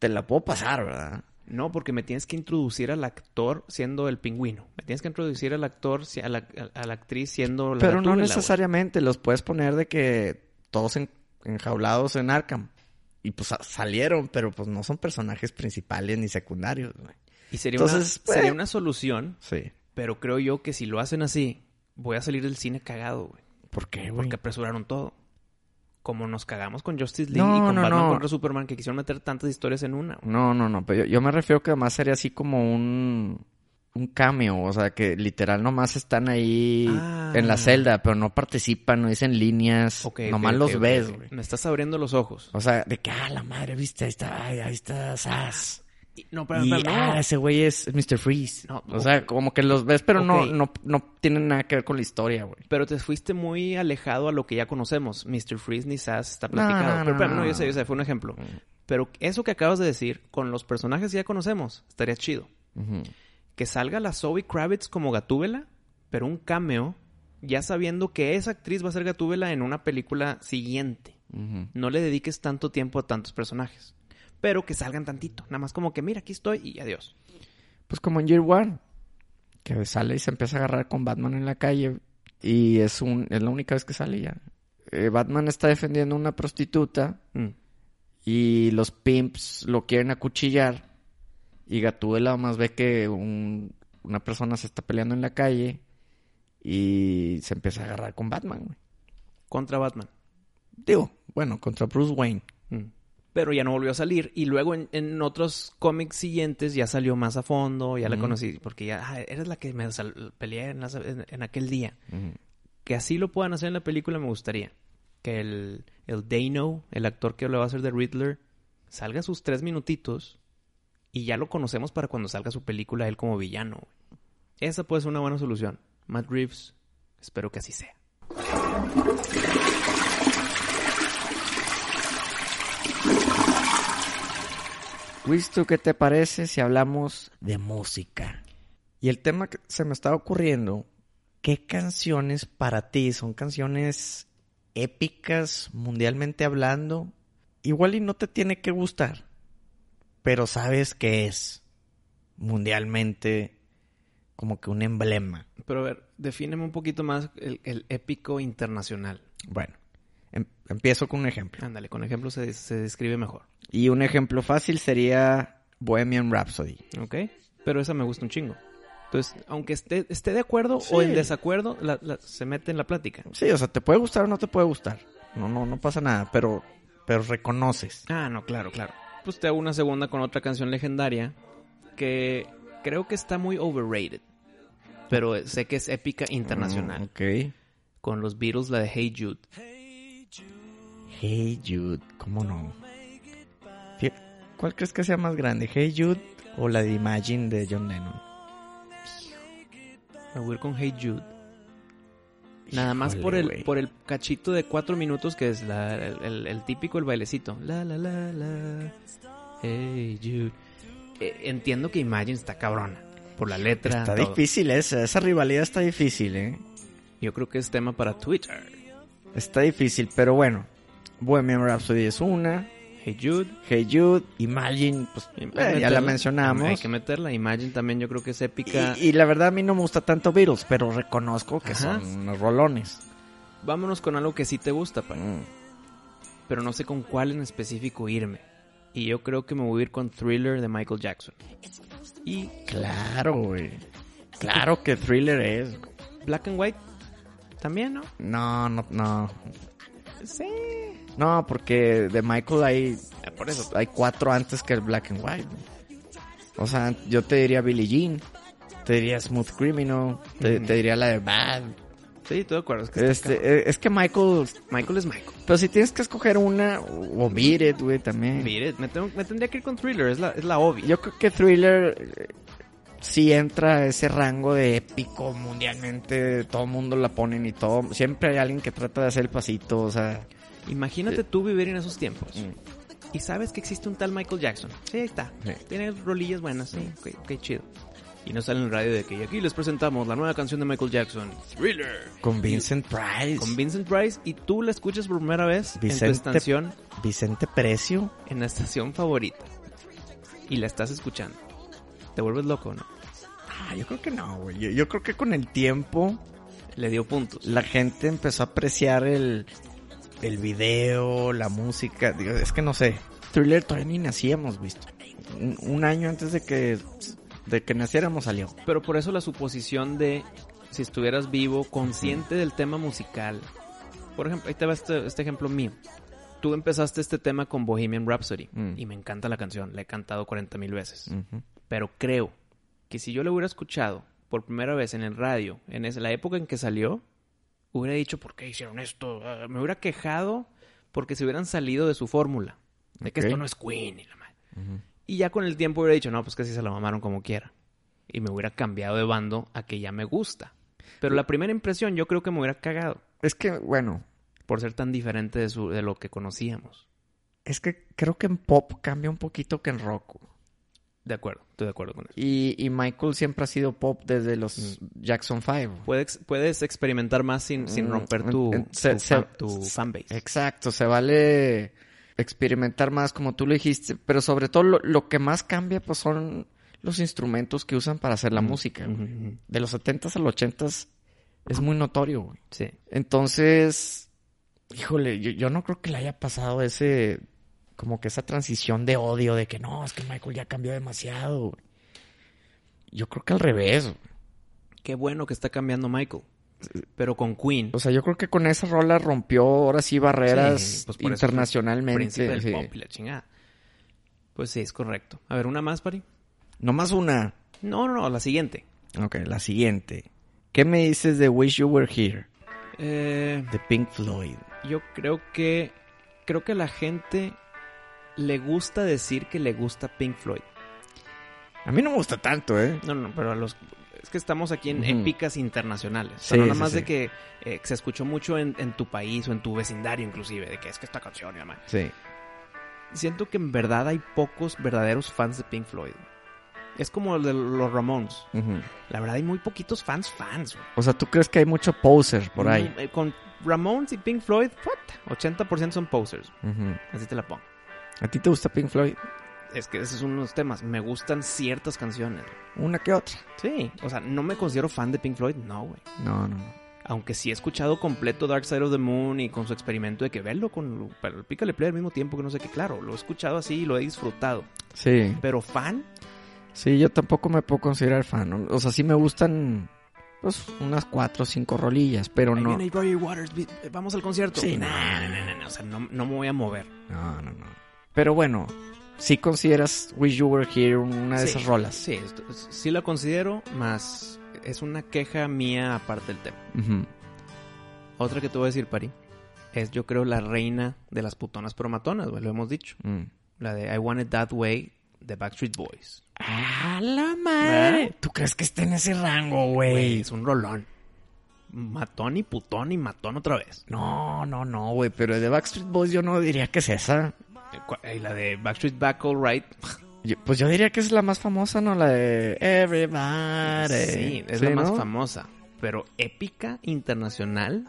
Speaker 2: te la puedo pasar, ¿verdad?
Speaker 1: No, porque me tienes que introducir al actor siendo el pingüino. Me tienes que introducir al actor, si- a la, a- a la actriz siendo la
Speaker 2: Pero no
Speaker 1: gatúbela,
Speaker 2: necesariamente, los puedes poner de que todos en- enjaulados en Arkham. Y pues sa- salieron, pero pues no son personajes principales ni secundarios, güey.
Speaker 1: güey. Y sería,
Speaker 2: Entonces,
Speaker 1: una, sería
Speaker 2: eh.
Speaker 1: una solución,
Speaker 2: Sí.
Speaker 1: pero creo yo que si lo hacen así, voy a salir del cine cagado, güey.
Speaker 2: ¿Por qué, güey?
Speaker 1: Porque apresuraron todo. Como nos cagamos con Justice League
Speaker 2: No,
Speaker 1: y con
Speaker 2: no,
Speaker 1: Batman
Speaker 2: no.
Speaker 1: contra Superman, que quisieron meter tantas historias en una. güey.
Speaker 2: No, no, no. Pero yo, yo me refiero que además sería así como un, un cameo. O sea, que literal nomás están ahí
Speaker 1: Ah.
Speaker 2: en la celda, pero no participan, no dicen líneas.
Speaker 1: Ok,
Speaker 2: nomás
Speaker 1: ok,
Speaker 2: los
Speaker 1: ok,
Speaker 2: ves,
Speaker 1: ok.
Speaker 2: güey.
Speaker 1: Me estás abriendo los ojos.
Speaker 2: O sea, de que, ah, la madre, viste, ahí está, ay, ahí está Sass.
Speaker 1: Y- no, pero,
Speaker 2: Y,
Speaker 1: pero no.
Speaker 2: ah, ese güey es Mr. Freeze.
Speaker 1: No,
Speaker 2: o sea, como que los ves, pero
Speaker 1: Ok.
Speaker 2: no, no, no tienen nada que ver con la historia, güey.
Speaker 1: Pero te fuiste muy alejado a lo que ya conocemos. Mr. Freeze ni Sass está
Speaker 2: No,
Speaker 1: platicado.
Speaker 2: no,
Speaker 1: Pero
Speaker 2: no,
Speaker 1: espérame, no,
Speaker 2: no,
Speaker 1: yo sé,
Speaker 2: no.
Speaker 1: yo sé, fue un ejemplo. Pero eso que acabas de decir, con los personajes que ya conocemos, estaría chido. Que salga la Zoe Kravitz como Gatúbela, pero un cameo, ya sabiendo que esa actriz va a ser Gatúbela en una película siguiente. No le dediques tanto tiempo a tantos personajes. Pero que salgan tantito. Nada más como que, mira, aquí estoy y adiós.
Speaker 2: Pues como en Year One, que sale y se empieza a agarrar con Batman en la calle y es un es la única vez que sale ya. Eh, Batman está defendiendo a una prostituta
Speaker 1: Mm.
Speaker 2: y los pimps lo quieren acuchillar y Gatúbela más ve que un- una persona se está peleando en la calle y se empieza a agarrar con Batman. güey.
Speaker 1: Contra Batman.
Speaker 2: Digo, bueno, contra Bruce Wayne.
Speaker 1: Mm. Pero ya no volvió a salir. Y luego en, en otros cómics siguientes ya salió más a fondo, ya la
Speaker 2: Ujú.
Speaker 1: conocí, porque ya ah, eres la que me sal- peleé en, las- en- en aquel día. Que así lo puedan hacer en la película me gustaría. Que el, el Dano, el actor que lo va a hacer de Riddler, salga sus tres minutitos y ya lo conocemos para cuando salga su película él como villano. güey. Esa puede ser una buena solución. Matt Reeves, espero que así sea.
Speaker 2: Luis, ¿tú qué te parece si hablamos de música? Y el tema que se me está ocurriendo, ¿qué canciones para ti son canciones épicas mundialmente hablando? Igual y no te tiene que gustar, pero sabes que es mundialmente como que un emblema.
Speaker 1: Pero a ver, defíneme un poquito más el- el épico internacional.
Speaker 2: Bueno, em- empiezo con un ejemplo.
Speaker 1: Ándale, con ejemplo se, se describe mejor.
Speaker 2: Y un ejemplo fácil sería Bohemian Rhapsody.
Speaker 1: ¿Ok? Pero esa me gusta un chingo. Entonces, aunque esté, esté de acuerdo
Speaker 2: Sí.
Speaker 1: o en desacuerdo, la- la- se mete en la plática.
Speaker 2: Sí, o sea, te puede gustar o no te puede gustar. No, no, no pasa nada, pero, pero reconoces.
Speaker 1: Ah, no, claro, claro. Pues te hago una segunda con otra canción legendaria que creo que está muy overrated. Pero sé que es épica internacional.
Speaker 2: Mm, ok.
Speaker 1: Con los Beatles, la de Hey Jude.
Speaker 2: Hey Jude, ¿cómo no? Fí- ¿Cuál crees que sea más grande? Hey Jude o la de Imagine de John Lennon.
Speaker 1: Me voy a ir con Hey Jude. Nada más por
Speaker 2: Híjole,
Speaker 1: el,
Speaker 2: güey.
Speaker 1: por el cachito de cuatro minutos que es la- el, el- el típico, el bailecito. La, la, la, la. Hey, Jude. Eh, entiendo que Imagine está cabrona. Por la letra.
Speaker 2: Está
Speaker 1: todo.
Speaker 2: difícil esa, esa rivalidad está difícil, ¿eh?
Speaker 1: Yo creo que es tema para Twitter.
Speaker 2: Está difícil, pero bueno. Bohemian Rhapsody es una.
Speaker 1: Hey, Jude.
Speaker 2: Hey Jude, Imagine, pues
Speaker 1: Hay
Speaker 2: eh,
Speaker 1: que
Speaker 2: ya la
Speaker 1: meterla. Hay
Speaker 2: mencionamos.
Speaker 1: que meterla. Imagine también yo creo que es
Speaker 2: Y,
Speaker 1: épica.
Speaker 2: y la verdad a mí no me gusta tanto Beatles, pero reconozco que
Speaker 1: Ajá.
Speaker 2: son unos rolones.
Speaker 1: Vámonos con algo que sí te gusta, pa.
Speaker 2: Mm.
Speaker 1: Pero no sé con cuál en específico irme. Y yo creo que me voy a ir con Thriller de Michael Jackson. Y
Speaker 2: Claro, güey. Claro que Thriller es. güey.
Speaker 1: Black and White también, ¿no?
Speaker 2: No, no, no.
Speaker 1: Sí.
Speaker 2: No, porque de Michael hay,
Speaker 1: Ah, Por eso.
Speaker 2: hay cuatro antes que el Black and White. güey. O sea, yo te diría Billie Jean, te diría Smooth Criminal, te,
Speaker 1: Ujú.
Speaker 2: te diría la de Bad.
Speaker 1: Sí, estoy de acuerdo. Es que está
Speaker 2: Este, eh, es que Michael,
Speaker 1: cabrón. Michael es Michael.
Speaker 2: pero si tienes que escoger una, o o Beat It, güey, también.
Speaker 1: Mire, me, tengo- me tendría que ir con Thriller, es la, es la obvia.
Speaker 2: Yo creo que Thriller eh, sí entra a ese rango de épico mundialmente. Todo el mundo la ponen y todo. Siempre hay alguien que trata de hacer el pasito. O sea,
Speaker 1: Imagínate tú vivir en esos tiempos.
Speaker 2: Mm.
Speaker 1: Y sabes que existe un tal Michael Jackson. Sí, ahí está.
Speaker 2: Sí.
Speaker 1: Tiene rolillas buenas. Sí, ok, ok, chido. Y no sale en el radio de que "Y aquí les presentamos la nueva canción de Michael Jackson, Thriller,
Speaker 2: con Vincent Price,
Speaker 1: con Vincent Price. Y tú la escuchas por primera vez en
Speaker 2: Vicente-
Speaker 1: tu estación,
Speaker 2: Vicente Precio.
Speaker 1: en la estación favorita. Y la estás escuchando. Te vuelves loco, ¿no?
Speaker 2: Ah, yo creo que no, güey. Yo, yo creo que con el tiempo
Speaker 1: Le dio puntos.
Speaker 2: la gente empezó a apreciar el, el video, la música. Digo, es que no sé. Thriller todavía ni nacíamos, visto. Un, un año antes de que, de que naciéramos salió.
Speaker 1: Pero por eso la suposición de si estuvieras vivo, consciente del tema musical. Por ejemplo, ahí te va este, este ejemplo mío. Tú empezaste este tema con Bohemian Rhapsody
Speaker 2: Mm.
Speaker 1: y me encanta la canción, la he cantado 40 mil veces. Pero creo que si yo la hubiera escuchado por primera vez en el radio, en esa- la época en que salió, hubiera dicho, ¿por qué hicieron esto? Ah, me hubiera quejado porque se hubieran salido de su fórmula, de que
Speaker 2: Ok.
Speaker 1: esto no es Queen y la madre. Y ya con el tiempo hubiera dicho, no, pues que si se la mamaron como quiera. Y me hubiera cambiado de bando a que ya me gusta. Pero la primera impresión yo creo que me hubiera cagado
Speaker 2: Es que, bueno,
Speaker 1: por ser tan diferente de, su, de lo que conocíamos.
Speaker 2: Es que creo que en pop cambia un poquito que en rock. güey.
Speaker 1: De acuerdo, estoy de acuerdo con eso.
Speaker 2: Y, y Michael siempre ha sido pop desde los Jackson 5.
Speaker 1: Puedes, puedes experimentar más sin, sin
Speaker 2: Mm,
Speaker 1: romper
Speaker 2: en-
Speaker 1: tu,
Speaker 2: en- se-
Speaker 1: tu
Speaker 2: se-
Speaker 1: fan- tu
Speaker 2: se-
Speaker 1: fanbase.
Speaker 2: Exacto, se vale experimentar más como tú lo dijiste, pero sobre todo lo, lo que más cambia pues son los instrumentos que usan para hacer la
Speaker 1: Ujú,
Speaker 2: música.
Speaker 1: Mm. ujú,
Speaker 2: güey.
Speaker 1: ujú.
Speaker 2: De los 70s a los 80s es muy notorio. güey.
Speaker 1: Sí.
Speaker 2: Entonces, híjole, yo, yo no creo que le haya pasado ese, como que esa transición de odio de que no, es que Michael ya cambió demasiado. güey". Yo creo que al revés. güey.
Speaker 1: Qué bueno que está cambiando Michael. Pero con Queen,
Speaker 2: O sea, yo creo que con esa rola rompió ahora sí barreras
Speaker 1: Sí, pues por eso es el príncipe
Speaker 2: internacionalmente.
Speaker 1: del
Speaker 2: sí.
Speaker 1: pop y la chingada. Pues sí, es correcto. A ver, una más, Pari.
Speaker 2: Nomás una.
Speaker 1: No, no, no, la siguiente.
Speaker 2: Ok, la siguiente. ¿Qué me dices de Wish You Were Here?
Speaker 1: Eh,
Speaker 2: De Pink Floyd.
Speaker 1: yo creo que creo que la gente le gusta decir que le gusta Pink Floyd.
Speaker 2: A mí no me gusta tanto, ¿eh?
Speaker 1: No, no, pero a los es que estamos aquí en
Speaker 2: Ujú.
Speaker 1: épicas internacionales. O sea,
Speaker 2: Sí,
Speaker 1: no nada
Speaker 2: sí,
Speaker 1: más
Speaker 2: sí.
Speaker 1: de que eh, se escuchó mucho en, en tu país o en tu vecindario inclusive, de que es que esta canción, mamá.
Speaker 2: Sí.
Speaker 1: Siento que en verdad hay pocos verdaderos fans de Pink Floyd. Es como el de los Ramones.
Speaker 2: Ujú.
Speaker 1: La verdad hay muy poquitos fans fans. güey.
Speaker 2: O sea, ¿tú crees que hay mucho poser por ahí?
Speaker 1: Mm, eh, Con Ramones y Pink Floyd, puta, 80% son posers.
Speaker 2: Ujú.
Speaker 1: Así te la pongo.
Speaker 2: ¿A ti te gusta Pink Floyd?
Speaker 1: Es que esos son unos temas. Me gustan ciertas canciones.
Speaker 2: Una que otra.
Speaker 1: Sí. O sea, no me considero fan de Pink Floyd, no, güey.
Speaker 2: No, no, no.
Speaker 1: Aunque sí he escuchado completo Dark Side of the Moon y con su experimento de que verlo con pero el Pícale Play al mismo tiempo que no sé qué. Claro, lo he escuchado así y lo he disfrutado.
Speaker 2: Sí.
Speaker 1: Pero fan,
Speaker 2: Sí, yo tampoco me puedo considerar fan. ¿no? O sea, sí me gustan pues unas cuatro o cinco rolillas, pero
Speaker 1: ahí
Speaker 2: no.
Speaker 1: viene Roger Waters, vi- eh, vamos al concierto.
Speaker 2: Sí,
Speaker 1: no,
Speaker 2: no.
Speaker 1: no, no, no, no, o sea, no, no me voy a mover.
Speaker 2: No, no, no. Pero bueno, si consideras Wish You Were Here una de
Speaker 1: Sí,
Speaker 2: esas rolas.
Speaker 1: Sí, esto- sí la considero, más es una queja mía aparte del tema.
Speaker 2: Ujú.
Speaker 1: Otra que te voy a decir, Pari, es yo creo la reina de las putonas promatonas, lo hemos dicho.
Speaker 2: Mm.
Speaker 1: La de I Want It That Way de Backstreet Boys.
Speaker 2: ¡A la madre!
Speaker 1: ¿Verdad?
Speaker 2: ¿Eh? ¿Tú crees que está en ese rango,
Speaker 1: Oh, Güey,
Speaker 2: güey?
Speaker 1: es un rolón. matón y putón y matón otra vez.
Speaker 2: No, no, no, güey, pero de Backstreet Boys yo no diría que es esa.
Speaker 1: Eh, cua- Y la de Backstreet Back All Right.
Speaker 2: Yo- pues yo diría que es la más famosa, ¿no? La de Everybody.
Speaker 1: Sí, es la más
Speaker 2: ¿no?
Speaker 1: famosa. Pero épica internacional.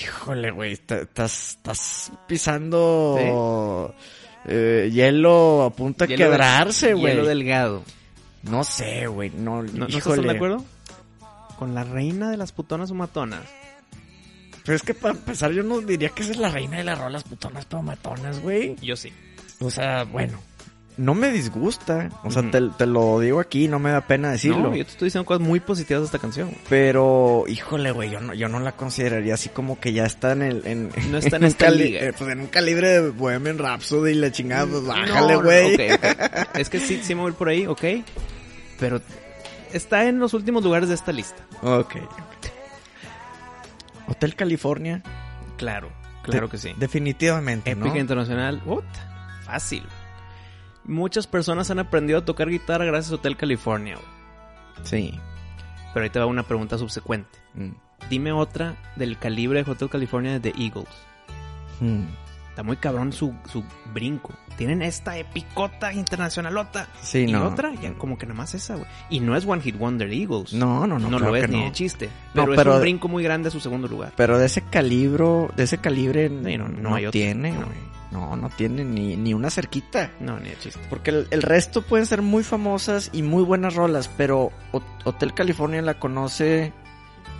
Speaker 2: Híjole, güey, ta- estás, estás pisando eh, hielo a punto de
Speaker 1: Hielo-
Speaker 2: quebrarse,
Speaker 1: Hielo
Speaker 2: güey.
Speaker 1: delgado.
Speaker 2: No sé, güey, no,
Speaker 1: ¿No, ¿no estás
Speaker 2: híjole.
Speaker 1: de acuerdo? Con la reina de las putonas o matonas.
Speaker 2: Pero es que para empezar yo no diría que esa es la reina de las rolas putonas pero matonas, güey.
Speaker 1: Yo sí.
Speaker 2: O sea, bueno, no me disgusta. O sea,
Speaker 1: Ujú.
Speaker 2: te, te lo digo aquí, no me da pena decirlo.
Speaker 1: No, yo te estoy diciendo cosas muy positivas de esta canción. güey.
Speaker 2: Pero, híjole, güey, yo no, yo no la consideraría así como que ya está en el... En,
Speaker 1: No está en
Speaker 2: un
Speaker 1: esta
Speaker 2: cali-
Speaker 1: liga.
Speaker 2: eh, pues en un calibre de Bohemian Rhapsody y la chingada, pues
Speaker 1: No,
Speaker 2: bájale,
Speaker 1: no,
Speaker 2: güey.
Speaker 1: ok, ok. Es que sí, sí me voy por ahí, ok. Pero está en los últimos lugares de esta lista.
Speaker 2: Ok. Hotel California.
Speaker 1: Claro, claro
Speaker 2: De-
Speaker 1: que sí.
Speaker 2: Definitivamente,
Speaker 1: Épica
Speaker 2: ¿no?
Speaker 1: internacional. What? Fácil. Muchas personas han aprendido a tocar guitarra gracias a Hotel California. güey.
Speaker 2: Sí.
Speaker 1: Pero ahí te va una pregunta subsecuente.
Speaker 2: Mm.
Speaker 1: Dime otra del calibre de Hotel California de The Eagles.
Speaker 2: Mm.
Speaker 1: Está muy cabrón su, su brinco. Tienen esta epicota internacionalota.
Speaker 2: Sí,
Speaker 1: y
Speaker 2: no.
Speaker 1: otra, ya como que nada más esa, güey. Y no es One Hit Wonder Eagles.
Speaker 2: No, no, no.
Speaker 1: no,
Speaker 2: claro
Speaker 1: lo es
Speaker 2: que
Speaker 1: ni
Speaker 2: no.
Speaker 1: de chiste.
Speaker 2: No,
Speaker 1: Pero,
Speaker 2: pero-
Speaker 1: es un brinco muy grande a su segundo lugar.
Speaker 2: Pero de ese calibro, de ese calibre, no,
Speaker 1: no, no
Speaker 2: no
Speaker 1: hay otra.
Speaker 2: tiene,
Speaker 1: No.
Speaker 2: güey. No, no tiene ni, ni una cerquita.
Speaker 1: No, ni de chiste.
Speaker 2: Porque el, el resto pueden ser muy famosas y muy buenas rolas, pero Ho- Hotel California la conoce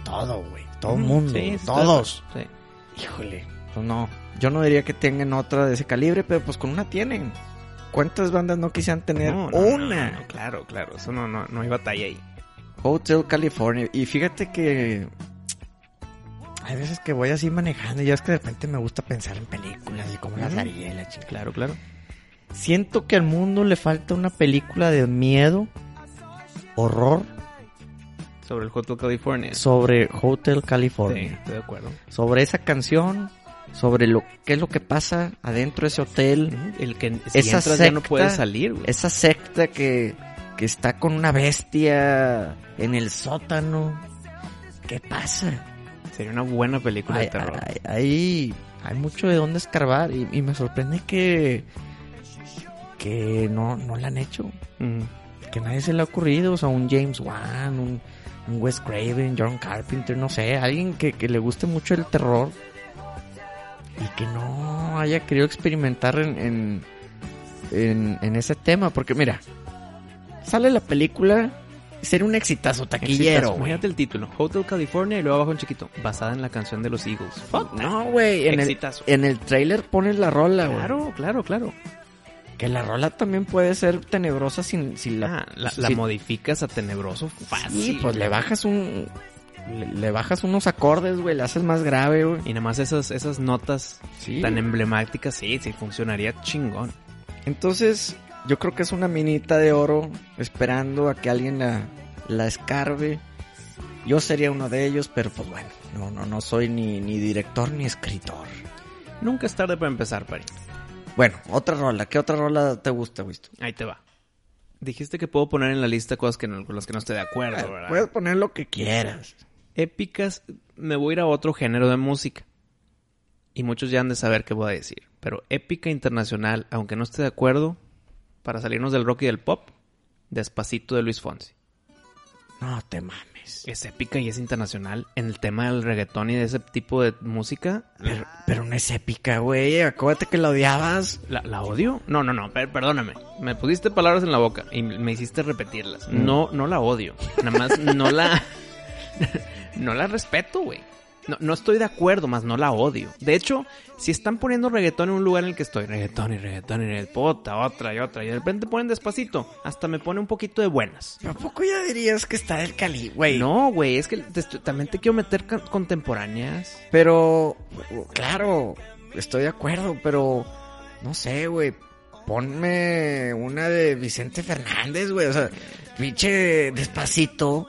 Speaker 2: todo, güey. Todo el
Speaker 1: Mm,
Speaker 2: mundo,
Speaker 1: sí, sí, está-
Speaker 2: todos.
Speaker 1: sí.
Speaker 2: Híjole, pues no. Yo no diría que tengan otra de ese calibre, pero pues con una tienen. ¿Cuántas bandas no quisieran tener
Speaker 1: No, no, no,
Speaker 2: una?
Speaker 1: no, no, claro, claro. Eso no, no, no hay batalla ahí.
Speaker 2: Hotel California. Y fíjate que hay veces que voy así manejando y ya es que de repente me gusta pensar en películas y cómo las
Speaker 1: Ujú.
Speaker 2: haría y la chingada.
Speaker 1: Claro, claro.
Speaker 2: Siento que al mundo le falta una película de miedo, horror,
Speaker 1: Sobre el Hotel California. Sí,
Speaker 2: sobre Hotel California.
Speaker 1: estoy de acuerdo.
Speaker 2: Sobre esa canción, sobre lo qué es lo que pasa adentro de ese hotel.
Speaker 1: El que si
Speaker 2: Esa
Speaker 1: entras ya no
Speaker 2: secta-
Speaker 1: puedes salir, güey.
Speaker 2: Esa secta que, que está con una bestia en el sótano. ¿Qué pasa?
Speaker 1: Sería una buena película
Speaker 2: Hay,
Speaker 1: de terror.
Speaker 2: hay, hay- hay mucho de dónde escarbar y, y me sorprende que, que no, no la han hecho.
Speaker 1: Mm.
Speaker 2: Que nadie se le ha ocurrido. O sea, un James Wan, un, un Wes Craven, John Carpenter, no sé. Alguien que, que le guste mucho el terror y que no haya querido experimentar en, en, en- en ese tema. Porque mira, sale la película. Sería un exitazo taquillero,
Speaker 1: Exitazo.
Speaker 2: güey.
Speaker 1: Imagínate el título. Hotel California y luego abajo en chiquito. Basada en la canción de los Eagles.
Speaker 2: No, güey. En el,
Speaker 1: Exitazo.
Speaker 2: en el trailer pones la rola, güey.
Speaker 1: Claro, claro, claro.
Speaker 2: Que la rola también puede ser tenebrosa sin, sin la...
Speaker 1: Ah, la, la
Speaker 2: sí.
Speaker 1: modificas a tenebroso fácil.
Speaker 2: Sí, pues le bajas un... Le, le bajas unos acordes, güey, le haces más grave, güey.
Speaker 1: Y nada más esas, esas notas
Speaker 2: Sí.
Speaker 1: tan emblemáticas, sí, sí, funcionaría chingón.
Speaker 2: Entonces, yo creo que es una minita de oro esperando a que alguien la, la escarbe. Yo sería uno de ellos, pero pues bueno, no, no, no soy ni, ni director ni escritor.
Speaker 1: Nunca es tarde para empezar, Pari.
Speaker 2: Bueno, otra rola. ¿Qué otra rola te gusta, Wisto?
Speaker 1: Ahí te va. Dijiste que puedo poner en la lista cosas que no, con las que no estoy de acuerdo, ¿verdad?
Speaker 2: Puedes poner lo que quieras.
Speaker 1: Épicas, me voy a ir a otro género de música. Y muchos ya han de saber qué voy a decir. Pero épica internacional, aunque no esté de acuerdo, para salirnos del rock y del pop, despacito de Luis Fonsi.
Speaker 2: No te mames.
Speaker 1: Es épica y es internacional. En el tema del reggaetón y de ese tipo de música,
Speaker 2: Pero, pero no es épica, güey. Acuérdate que la odiabas.
Speaker 1: ¿La, la odio? No, no, no, per- perdóname. Me pusiste palabras en la boca y me hiciste repetirlas. No, no la odio. Nada más no la... no la respeto, güey. No, no estoy de acuerdo, más no la odio. De hecho, si están poniendo reggaetón en un lugar en el que estoy, reggaetón y reggaetón y reggaetón, puta, otra y otra, y de repente ponen despacito, hasta me pone un poquito de buenas.
Speaker 2: ¿A poco ya dirías que está del Cali, güey?
Speaker 1: No, güey, es que te estoy- también te quiero meter can- contemporáneas.
Speaker 2: Pero, uh, claro, estoy de acuerdo, pero no sé, güey. Ponme una de Vicente Fernández, güey. O sea, pinche despacito.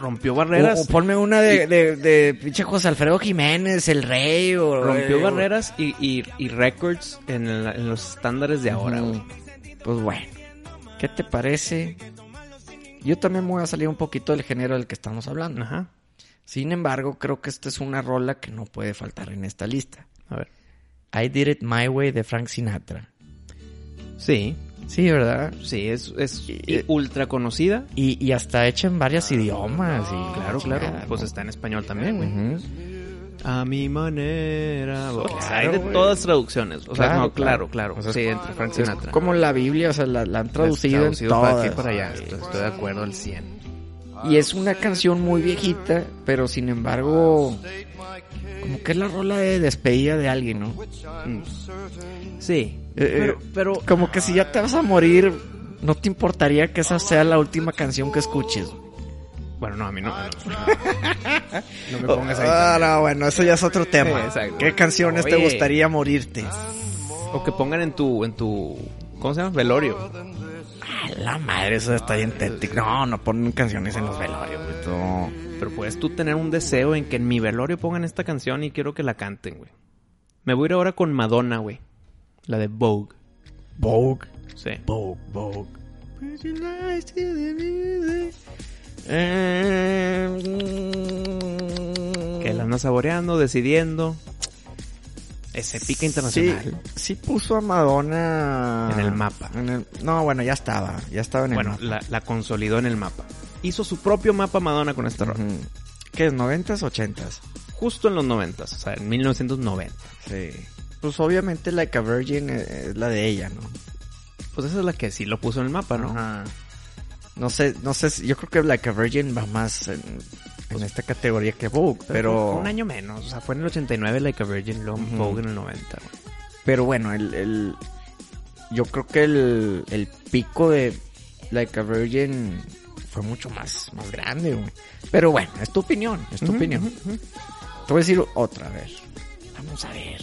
Speaker 1: Rompió
Speaker 2: O,
Speaker 1: barreras.
Speaker 2: o ponme una de, de, de pinche José Alfredo Jiménez, el rey. O,
Speaker 1: Rompió
Speaker 2: eh,
Speaker 1: barreras y, y, y récords en, la- en los estándares de ahora,
Speaker 2: Ujú.
Speaker 1: güey.
Speaker 2: Pues bueno, ¿qué te parece? Yo también me voy a salir un poquito del género del que estamos hablando.
Speaker 1: Ajá.
Speaker 2: Sin embargo, creo que esta es una rola que no puede faltar en esta lista.
Speaker 1: A ver.
Speaker 2: I Did It My Way de Frank Sinatra.
Speaker 1: Sí,
Speaker 2: Sí, ¿verdad?
Speaker 1: sí, es, es eh,
Speaker 2: Y-
Speaker 1: ultra conocida.
Speaker 2: Y, y hasta hecha en varios idiomas. Y
Speaker 1: Claro, claro. Pues está en español también, güey. A mi manera. porque hay de
Speaker 2: güey.
Speaker 1: todas traducciones. O sea,
Speaker 2: Claro,
Speaker 1: no, claro, claro.
Speaker 2: claro. O sea, es
Speaker 1: sí, entre Frank
Speaker 2: Es
Speaker 1: Sinatra.
Speaker 2: como la Biblia, o sea, la, la han traducido, en
Speaker 1: Traducido para aquí y
Speaker 2: todas.
Speaker 1: para allá. Estoy, estoy de acuerdo al 100.
Speaker 2: Y es una canción muy viejita, pero sin embargo, como que es la rola de despedida de alguien, ¿no?
Speaker 1: Mm. Sí.
Speaker 2: Eh,
Speaker 1: Pero, pero
Speaker 2: Como que si ya te vas a morir, no te importaría que esa sea la última canción que escuches.
Speaker 1: bueno, no, a mí no. No, no me
Speaker 2: Oh,
Speaker 1: pongas ahí.
Speaker 2: ah, no, bueno, eso ya es otro tema.
Speaker 1: exacto.
Speaker 2: ¿Qué canciones te
Speaker 1: Oye.
Speaker 2: gustaría morirte?
Speaker 1: O que pongan en tu, en tu, ¿cómo se llama? Velorio.
Speaker 2: A la madre, eso está bien tétrico. No, no ponen canciones en los velorios, güey, tú.
Speaker 1: Pero puedes tú tener un deseo en que en mi velorio pongan esta canción y quiero que la canten, güey. Me voy a ir ahora con Madonna, güey. La de Vogue.
Speaker 2: Vogue,
Speaker 1: Sí.
Speaker 2: Vogue, Vogue. Que
Speaker 1: Que la anda saboreando, decidiendo. Ese pica internacional.
Speaker 2: Sí, sí puso a Madonna
Speaker 1: En el mapa.
Speaker 2: En el- no, bueno, ya estaba, ya estaba en
Speaker 1: Bueno,
Speaker 2: el
Speaker 1: la, la consolidó en el mapa. Hizo su propio mapa Madonna con esta
Speaker 2: mapa.
Speaker 1: rola.
Speaker 2: Ujú. este ¿Qué es? ¿90s, 80s?
Speaker 1: Justo en los 90, o sea, en 1990.
Speaker 2: Sí. Pues obviamente Like a Virgin eh, es la de ella, ¿no?
Speaker 1: Pues esa es la que sí lo puso en el mapa, ¿no?
Speaker 2: Ajá. No sé, no sé, si- yo creo que Like a Virgin va más en, en esta categoría que Vogue,
Speaker 1: fue
Speaker 2: pero...
Speaker 1: Pues, Un año menos, o sea, fue en el 89 Like a Virgin, luego
Speaker 2: Ujú.
Speaker 1: Vogue en el 90. güey.
Speaker 2: Pero bueno, el, el- yo creo que el, el pico de Like a Virgin fue mucho más, más grande, güey. Pero bueno, es tu opinión, es tu
Speaker 1: Ujú,
Speaker 2: opinión.
Speaker 1: ujú, ujú.
Speaker 2: Te voy a decir otra, a ver. Vamos a ver.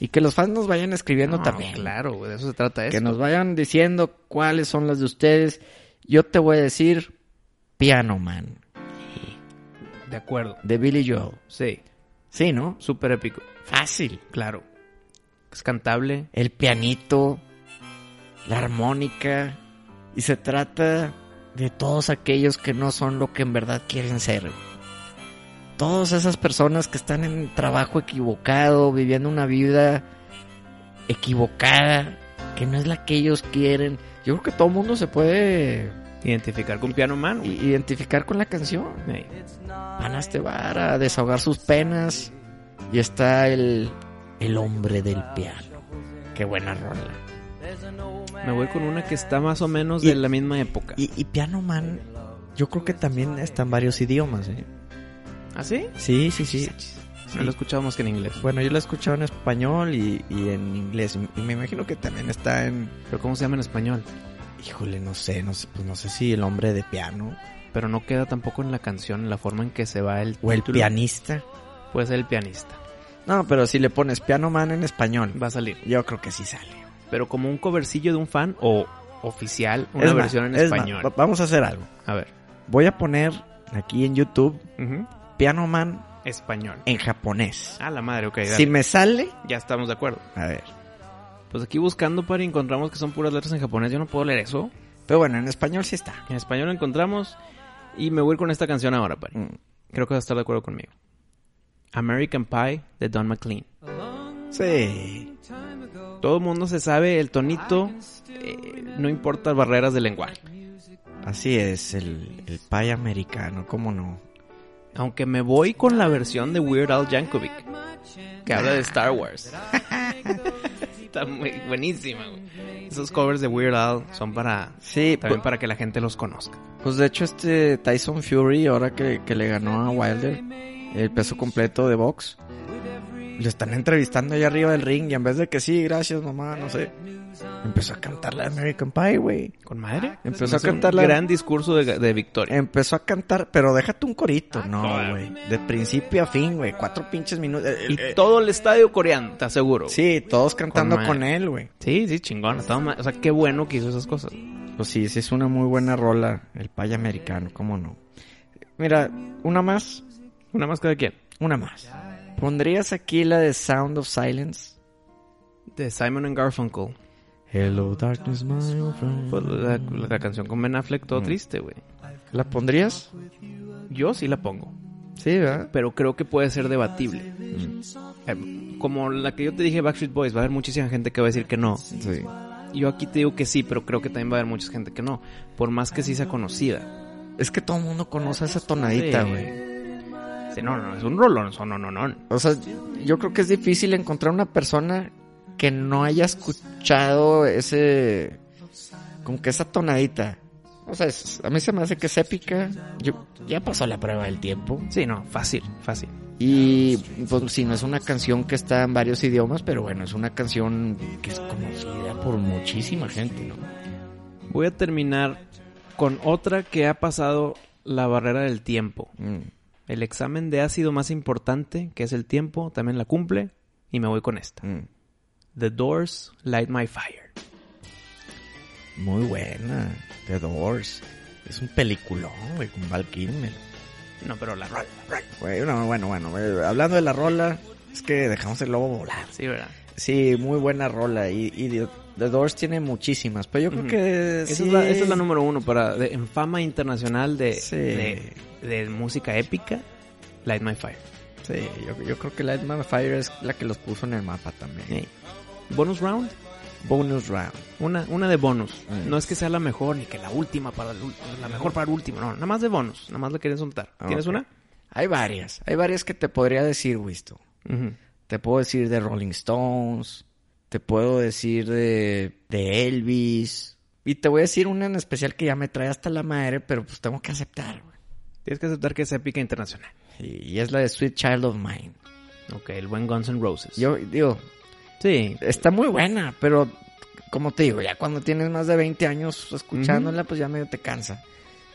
Speaker 2: Y que los fans nos vayan escribiendo
Speaker 1: No,
Speaker 2: también.
Speaker 1: Claro, güey, de eso se trata
Speaker 2: Que
Speaker 1: esto.
Speaker 2: nos vayan diciendo cuáles son las de ustedes. Yo te voy a decir Piano Man,
Speaker 1: De acuerdo.
Speaker 2: de Billy Joel.
Speaker 1: Sí,
Speaker 2: Sí, ¿no?
Speaker 1: súper épico.
Speaker 2: Fácil.
Speaker 1: Claro. Es cantable.
Speaker 2: el pianito, la armónica, y se trata de todos aquellos que no son lo que en verdad quieren ser. Todas esas personas que están en trabajo equivocado, viviendo una vida equivocada, que no es la que ellos quieren. Yo creo que todo el mundo se puede
Speaker 1: Identificar con Piano Man. güey.
Speaker 2: i- identificar con la canción
Speaker 1: Ey.
Speaker 2: van a este bar a desahogar sus penas. Y está el, el hombre del piano. Qué buena rola.
Speaker 1: Me voy con una que está más o menos de
Speaker 2: Y-
Speaker 1: la misma época.
Speaker 2: Y, y Piano Man, yo creo que también está en varios idiomas. ¿eh?
Speaker 1: ¿Ah, sí?
Speaker 2: Sí, sí, sí.
Speaker 1: No lo escuchábamos que en inglés.
Speaker 2: Bueno, yo la he escuchado en español y, y en inglés. Y me imagino que también está en.
Speaker 1: Pero ¿cómo se llama en español?
Speaker 2: Híjole, no sé, no sé, pues no sé si el hombre de piano
Speaker 1: Pero no queda tampoco en la canción, en la forma en que se va el
Speaker 2: o el
Speaker 1: título.
Speaker 2: pianista.
Speaker 1: Puede ser el pianista.
Speaker 2: No, pero si le pones Piano Man en español,
Speaker 1: Va a salir.
Speaker 2: yo creo que sí sale.
Speaker 1: Pero como un covercillo de un fan o oficial, una
Speaker 2: Es más,
Speaker 1: versión en
Speaker 2: es más,
Speaker 1: español.
Speaker 2: va- vamos a hacer algo.
Speaker 1: a ver.
Speaker 2: Voy a poner aquí en YouTube
Speaker 1: Ujú.
Speaker 2: Piano Man
Speaker 1: Español.
Speaker 2: en japonés.
Speaker 1: Ah, la madre, ok. dale.
Speaker 2: Si me sale,
Speaker 1: Ya estamos de acuerdo.
Speaker 2: a ver.
Speaker 1: Pues aquí buscando para encontramos que son puras letras en japonés. Yo no puedo leer eso.
Speaker 2: Pero bueno, en español sí está.
Speaker 1: En español lo encontramos. Y me voy a ir con esta canción ahora, Pari.
Speaker 2: Mm.
Speaker 1: Creo que vas a estar de acuerdo conmigo. American Pie de Don McLean.
Speaker 2: Sí.
Speaker 1: Todo el mundo se sabe el tonito, eh, no importa barreras de lenguaje.
Speaker 2: Así es, el, el pie americano, ¿cómo no?
Speaker 1: Aunque me voy con la versión de Weird Al Yankovic, que habla de Star Wars. Está muy buenísima, güey. Esos covers de Weird Al son para
Speaker 2: Sí,
Speaker 1: también para que la gente los conozca.
Speaker 2: Pues de hecho este Tyson Fury, ahora que, que le ganó a Wilder el peso completo de box, lo están entrevistando allá arriba del ring y en vez de que sí, gracias mamá, no sé, empezó a cantar la American Pie, güey.
Speaker 1: ¿Con madre? Empezó
Speaker 2: Empezó a
Speaker 1: a
Speaker 2: Eh,
Speaker 1: cantar
Speaker 2: cantar
Speaker 1: un
Speaker 2: la-
Speaker 1: gran discurso de, de victoria.
Speaker 2: Empezó a cantar, pero déjate un corito, no,
Speaker 1: claro.
Speaker 2: güey. De principio a fin, güey, cuatro pinches minutos. eh, eh,
Speaker 1: Ah, Y todo el estadio coreano, te aseguro.
Speaker 2: sí, todos cantando
Speaker 1: madre.
Speaker 2: con, él, güey.
Speaker 1: Sí, sí, chingón. estaba ma- O sea, qué bueno que hizo esas cosas.
Speaker 2: Pues sí, sí es una muy buena rola, el pay americano, cómo no. Mira, una más,
Speaker 1: Una máscara de quién?
Speaker 2: una más. ¿Pondrías aquí la de Sound of Silence?
Speaker 1: De Simon and Garfunkel.
Speaker 2: Hello darkness my old
Speaker 1: Pues
Speaker 2: friend.
Speaker 1: la, la canción con Ben Affleck, todo triste, güey.
Speaker 2: ¿La pondrías?
Speaker 1: Yo sí la pongo.
Speaker 2: Sí, ¿verdad?
Speaker 1: pero creo que puede ser debatible. Eh, Como la que yo te dije, Backstreet Boys, va a haber muchísima gente que va a decir que no.
Speaker 2: Sí.
Speaker 1: Yo aquí te digo que sí, pero creo que también va a haber mucha gente que no. Por más que sí sea conocida.
Speaker 2: Es que todo el mundo conoce esa tonadita,
Speaker 1: Sí.
Speaker 2: güey.
Speaker 1: Sí, no, no, es un rolón, son no, no, no.
Speaker 2: O sea, yo creo que es difícil encontrar una persona que no haya escuchado ese. como que esa tonadita. O sea, es- a mí se me hace que es épica. Yo, ya pasó la prueba del tiempo.
Speaker 1: Sí, no, fácil, fácil.
Speaker 2: Y pues sí, no es una canción que está en varios idiomas, pero bueno, es una canción que es conocida por muchísima gente, ¿no?
Speaker 1: Voy a terminar con otra que ha pasado la barrera del tiempo.
Speaker 2: Mm.
Speaker 1: El examen de ácido más importante, que es el tiempo, también la cumple. Y me voy con esta.
Speaker 2: Mm.
Speaker 1: The Doors Light My Fire.
Speaker 2: Muy buena. The Doors. Es un peliculón, güey, con Val Kilmer.
Speaker 1: No, pero la rola, la rola.
Speaker 2: Güey, no, bueno, bueno, eh, hablando de la rola, es que dejamos el lobo volar.
Speaker 1: Sí, ¿verdad?
Speaker 2: Sí, muy buena rola y, y The- The Doors tiene muchísimas, pero yo creo
Speaker 1: Ujú.
Speaker 2: que
Speaker 1: Esa,
Speaker 2: sí.
Speaker 1: es la, esa es la número uno para de- en fama internacional de,
Speaker 2: Sí.
Speaker 1: de, de música épica. Light My Fire.
Speaker 2: Sí, yo, yo creo que Light My Fire es la que los puso en el mapa también.
Speaker 1: Ey. Bonus round.
Speaker 2: Bonus round.
Speaker 1: Una, una de bonus.
Speaker 2: Mm.
Speaker 1: No es que sea la mejor ni que la última para la, ul- la mejor para el último. No, nada más de bonus. Nada más la quería soltar.
Speaker 2: Ah,
Speaker 1: ¿Tienes
Speaker 2: ok.
Speaker 1: una?
Speaker 2: Hay varias, hay varias que te podría decir, Wisto.
Speaker 1: Ujú.
Speaker 2: Te puedo decir de Rolling Stones, te puedo decir de, de Elvis. Y te voy a decir una en especial que ya me trae hasta la madre, pero pues tengo que aceptar. güey.
Speaker 1: Tienes que aceptar que es épica internacional.
Speaker 2: Y, y es la de Sweet Child of Mine.
Speaker 1: Ok, el buen Guns N' Roses.
Speaker 2: Yo digo,
Speaker 1: Sí.
Speaker 2: está muy buena, pero como te digo, ya cuando tienes más de 20 años escuchándola, pues ya medio te cansa.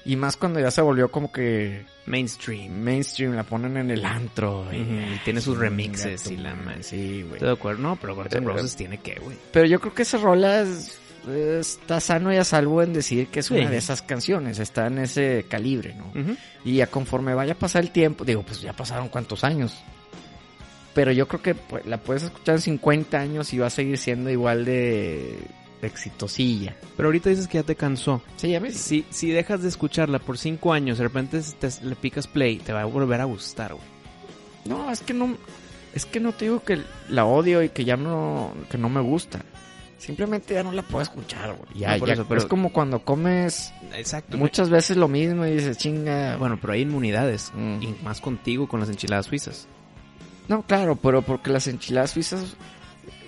Speaker 2: Y más cuando ya se volvió como que
Speaker 1: Mainstream.
Speaker 2: mainstream, la ponen en el antro. güey.
Speaker 1: Ujú, y tiene sus
Speaker 2: Chinga
Speaker 1: remixes
Speaker 2: tu
Speaker 1: y la
Speaker 2: madre,
Speaker 1: madre.
Speaker 2: Sí, güey.
Speaker 1: Estoy de acuerdo. No, pero Guns N'
Speaker 2: Eh,
Speaker 1: Roses tiene que, güey.
Speaker 2: Pero yo creo que esa rola es- está sano y a salvo en decir que es una
Speaker 1: Sí.
Speaker 2: de esas canciones, está en ese calibre, ¿no?
Speaker 1: Ujú.
Speaker 2: Y ya conforme vaya a pasar el tiempo, digo, pues ya pasaron cuántos años. Pero yo creo que pues, la puedes escuchar en 50 años y va a seguir siendo igual de exitosilla.
Speaker 1: Pero ahorita dices que ya te cansó.
Speaker 2: Sí, a mí sí.
Speaker 1: Si, si dejas de escucharla por cinco años, de repente te- le picas play, te va a volver a gustar, güey.
Speaker 2: No, es que no es que no te digo que la odio y que ya no que no me gusta. Simplemente ya no la puedo escuchar, güey. Ya,
Speaker 1: No, por
Speaker 2: ya-
Speaker 1: eso, pero-
Speaker 2: es como cuando comes
Speaker 1: Exacto.
Speaker 2: muchas veces lo mismo y dices, chinga,
Speaker 1: Bueno, pero hay inmunidades.
Speaker 2: Mm.
Speaker 1: Y más contigo con las enchiladas suizas.
Speaker 2: No, claro, pero porque las enchiladas suizas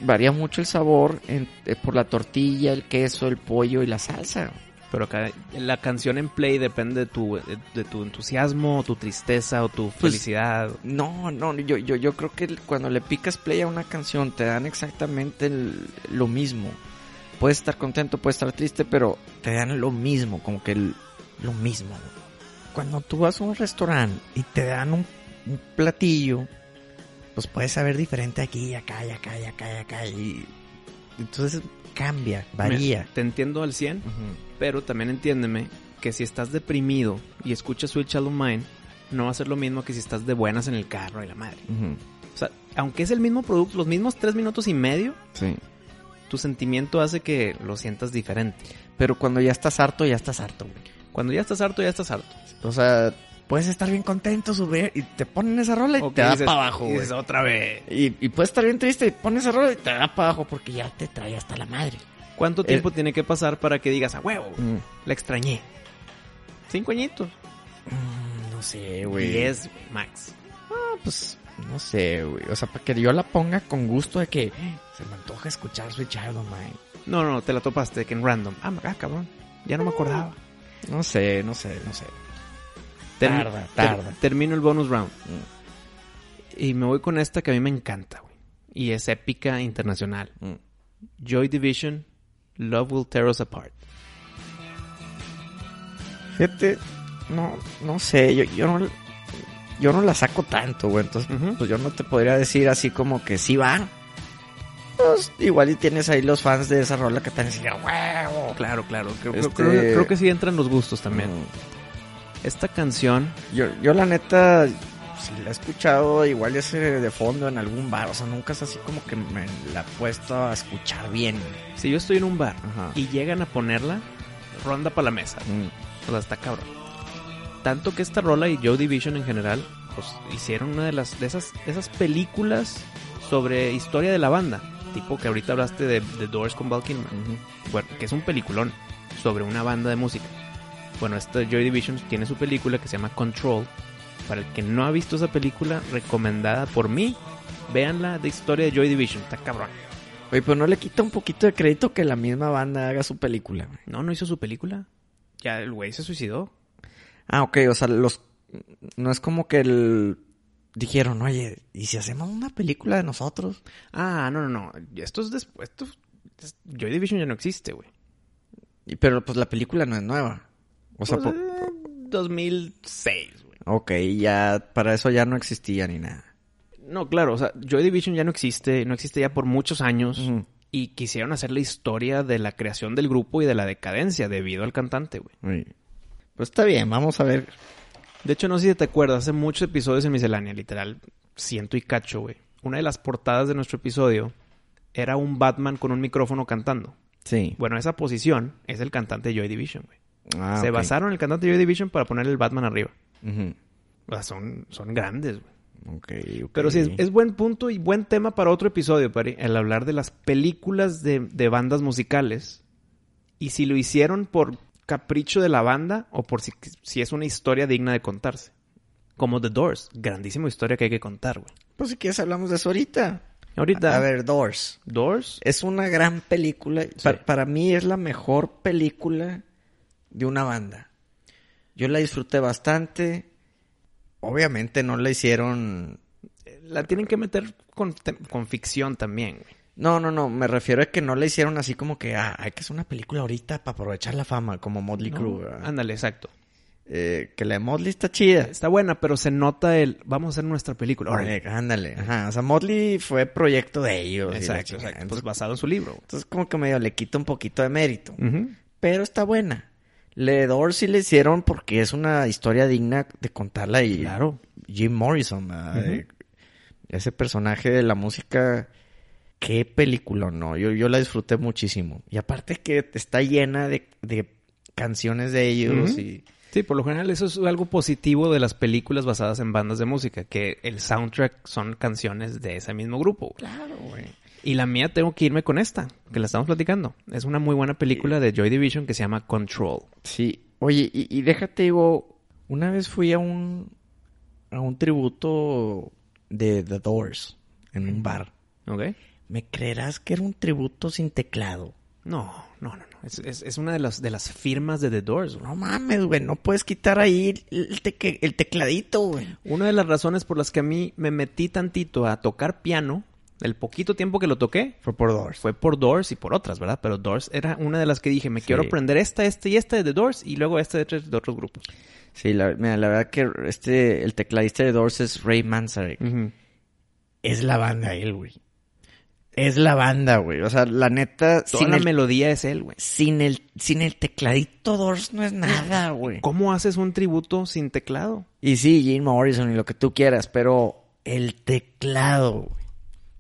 Speaker 2: varía mucho el sabor en- eh, por la tortilla, el queso, el pollo y la salsa.
Speaker 1: Pero acá la canción en play depende de tu, de tu entusiasmo, o tu tristeza, o tu felicidad.
Speaker 2: No, no, yo, yo, yo creo que el- cuando le picas play a una canción te dan exactamente el- lo mismo. Puedes estar contento, puedes estar triste, pero te dan lo mismo, como que el- lo mismo. Cuando tú vas a un restaurante y te dan un, un platillo, pues puedes saber diferente aquí, y acá, y acá, y acá, y acá. Y... Entonces cambia, varía.
Speaker 1: Te entiendo al 100, pero también entiéndeme que si estás deprimido y escuchas Sweet Child of Mine, no va a ser lo mismo que si estás de buenas en el carro y la madre. O sea, aunque es el mismo producto, los mismos tres minutos y medio,
Speaker 2: Sí.
Speaker 1: tu sentimiento hace que lo sientas diferente.
Speaker 2: Pero cuando ya estás harto, ya estás harto, güey.
Speaker 1: Cuando ya estás harto, ya estás harto.
Speaker 2: O sea, puedes estar bien contento, subir y te ponen esa rola y
Speaker 1: Ok,
Speaker 2: te da
Speaker 1: dices-
Speaker 2: para abajo, güey.
Speaker 1: dices, otra vez.
Speaker 2: Y, y puedes estar bien triste y pones esa rola y te da para abajo porque ya te trae hasta la madre.
Speaker 1: ¿Cuánto
Speaker 2: Eh,
Speaker 1: tiempo tiene que pasar para que digas, a huevo, la extrañé? Cinco añitos.
Speaker 2: Mm, no sé, güey.
Speaker 1: Diez, güey, max.
Speaker 2: Ah, pues, no sé, güey. O sea, para que yo la ponga con gusto de que "Eh, se me antoja escuchar Sweet Child of Mine".
Speaker 1: No, no, te la topaste, que en random. Ah, ah, cabrón. Ya no me acordaba.
Speaker 2: No sé, no sé, no sé.
Speaker 1: Termi-
Speaker 2: Tarda,
Speaker 1: ter-
Speaker 2: tarda.
Speaker 1: termino el bonus round. Y me voy con esta que a mí me encanta, güey. Y es épica internacional. Joy Division, Love Will Tear Us Apart.
Speaker 2: Fíjate, no, no sé, yo, yo no... Yo no la saco tanto, güey. Entonces,
Speaker 1: Ujú.
Speaker 2: pues yo no te podría decir así como que sí va. Pues igual y tienes ahí los fans de esa rola que están diciendo, huevo.
Speaker 1: Claro, claro. Creo, creo-
Speaker 2: Este-
Speaker 1: creo- creo que sí entran los gustos también.
Speaker 2: Mm.
Speaker 1: Esta canción,
Speaker 2: Yo, yo la neta, si la he escuchado igual ese de fondo en algún bar, o sea, nunca es así como que me la he puesto a escuchar bien.
Speaker 1: si yo estoy en un bar
Speaker 2: Ajá. Mm,
Speaker 1: y llegan a ponerla, ronda para la mesa. O sea, está cabrón. Tanto que esta rola y Joe Division en general pues hicieron una de las de esas, de esas películas sobre historia de la banda. Tipo que ahorita hablaste de, de Doors con Val Kilmer, bueno, que es un peliculón sobre una banda de música. Bueno, esta Joy Division tiene su película que se llama Control. Para el que no ha visto esa película, recomendada por mí, véanla de historia de Joy Division, está cabrón.
Speaker 2: Oye, pero no le quita un poquito de crédito que la misma banda haga su película. güey.
Speaker 1: No, no hizo su película. Ya el güey se suicidó.
Speaker 2: Ah, ok, o sea, los... No es como que el... Dijeron, oye, ¿y si hacemos una película de nosotros?
Speaker 1: Ah, no, no, no. Esto es después. esto es- Joy Division ya no existe, güey.
Speaker 2: Y, pero pues la película no es nueva. O sea,
Speaker 1: Pues,
Speaker 2: po-
Speaker 1: eh, 2006, güey.
Speaker 2: ok, ya para eso ya no existía ni nada.
Speaker 1: No, claro, o sea, Joy Division ya no existe, no existe ya por muchos años.
Speaker 2: Ujú.
Speaker 1: Y quisieron hacer la historia de la creación del grupo y de la decadencia debido al cantante, güey.
Speaker 2: Uy. Pues está bien, vamos a ver.
Speaker 1: De hecho, no sé si te acuerdas, hace muchos episodios en miscelánea, literal, ciento y cacho, güey. Una de las portadas de nuestro episodio era un Batman con un micrófono cantando.
Speaker 2: Sí.
Speaker 1: Bueno, esa posición es el cantante de Joy Division, güey.
Speaker 2: Ah,
Speaker 1: Se
Speaker 2: ok.
Speaker 1: basaron en el cantante de Joy Division para poner el Batman arriba.
Speaker 2: Ujú.
Speaker 1: O sea, son, son grandes, güey.
Speaker 2: Ok, ok.
Speaker 1: Pero sí, es, es buen punto y buen tema para otro episodio, Pari, el hablar de las películas de, de bandas musicales. Y si lo hicieron por capricho de la banda o por si, si es una historia digna de contarse. Como The Doors, grandísima historia que hay que contar, güey.
Speaker 2: Pues si quieres hablamos de eso ahorita.
Speaker 1: Ahorita,
Speaker 2: A ver, Doors.
Speaker 1: Doors,
Speaker 2: Es una gran película. Pa- Para, mí es la mejor película de una banda. Yo la disfruté bastante. Obviamente no la hicieron...
Speaker 1: eh, la tienen que meter con, te- con ficción también, güey.
Speaker 2: No, no, no. Me refiero a que no la hicieron así como que... Ah, hay que hacer una película ahorita para aprovechar la fama. Como Motley
Speaker 1: No,
Speaker 2: Crue. ¿verdad?
Speaker 1: Ándale, exacto.
Speaker 2: Eh, que la de Motley está chida.
Speaker 1: Está buena, pero se nota el... Vamos a hacer nuestra película. Órale.
Speaker 2: Eh, Ándale. Ajá. O sea, Motley fue proyecto de ellos. y la
Speaker 1: Exacto,
Speaker 2: chingada.
Speaker 1: exacto. Pues
Speaker 2: Entonces,
Speaker 1: basado en su libro. güey.
Speaker 2: entonces como que medio le quita un poquito de mérito.
Speaker 1: Ujú.
Speaker 2: pero está buena. Le Doors sí le hicieron porque es una historia digna de contarla y
Speaker 1: Claro.
Speaker 2: Jim Morrison, ¿verdad?
Speaker 1: Ujú.
Speaker 2: Eh, ese personaje de la música, qué película, no, yo, yo la disfruté muchísimo. Y aparte que está llena de, de canciones de ellos
Speaker 1: Ujú.
Speaker 2: y
Speaker 1: Sí, por lo general eso es algo positivo de las películas basadas en bandas de música, que el soundtrack son canciones de ese mismo grupo. güey.
Speaker 2: claro, güey.
Speaker 1: Y la mía tengo que irme con esta, que la estamos platicando. Es una muy buena película de Joy Division que se llama Control.
Speaker 2: Sí, oye, y, y déjate digo, una vez fui a un a un tributo de The Doors en un bar.
Speaker 1: ¿Ok?
Speaker 2: ¿Me creerás que era un tributo sin teclado?
Speaker 1: No, no, no, no. Es, es- es una de las, de las firmas de The Doors. güey.
Speaker 2: No mames, güey, no puedes quitar ahí el, teque- el tecladito, güey.
Speaker 1: Una de las razones por las que a mí me metí tantito a tocar piano, el poquito tiempo que lo toqué,
Speaker 2: Fue por Doors.
Speaker 1: fue por Doors y por otras, ¿verdad? Pero Doors era una de las que dije, me
Speaker 2: Sí.
Speaker 1: quiero aprender esta, esta y esta de The Doors y luego esta de, tres- de otros grupos.
Speaker 2: Sí, la, mira, la verdad que este, el tecladista de Doors es Ray Manzarek. Es la banda él, güey. Es la banda, güey. O sea, la neta,
Speaker 1: Toda
Speaker 2: sin
Speaker 1: la
Speaker 2: el,
Speaker 1: melodía es él, güey.
Speaker 2: sin, el, sin el tecladito Doors no es nada, güey.
Speaker 1: ¿Cómo haces un tributo sin teclado?
Speaker 2: Y sí, Jim Morrison y lo que tú quieras, pero el teclado, güey.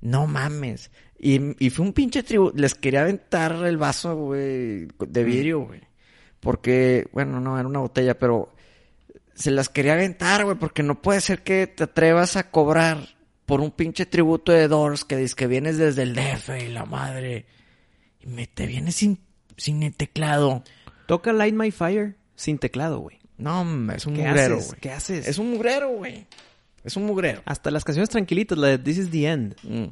Speaker 2: No mames. Y, y fue un pinche tribu. Les quería aventar el vaso, güey, de vidrio, güey. Porque, bueno, no, era una botella, pero se las quería aventar, güey, porque no puede ser que te atrevas a cobrar por un pinche tributo de Doors que dices que vienes desde el DF y la madre. Y me te vienes sin, sin el teclado.
Speaker 1: Toca Light My Fire sin teclado, güey.
Speaker 2: No, hombre, es un
Speaker 1: ¿Qué
Speaker 2: mugrero,
Speaker 1: haces?
Speaker 2: güey.
Speaker 1: ¿Qué haces?
Speaker 2: Es un mugrero, güey. Es un mugrero.
Speaker 1: Hasta las canciones tranquilitas, la de This Is The End.
Speaker 2: Mm.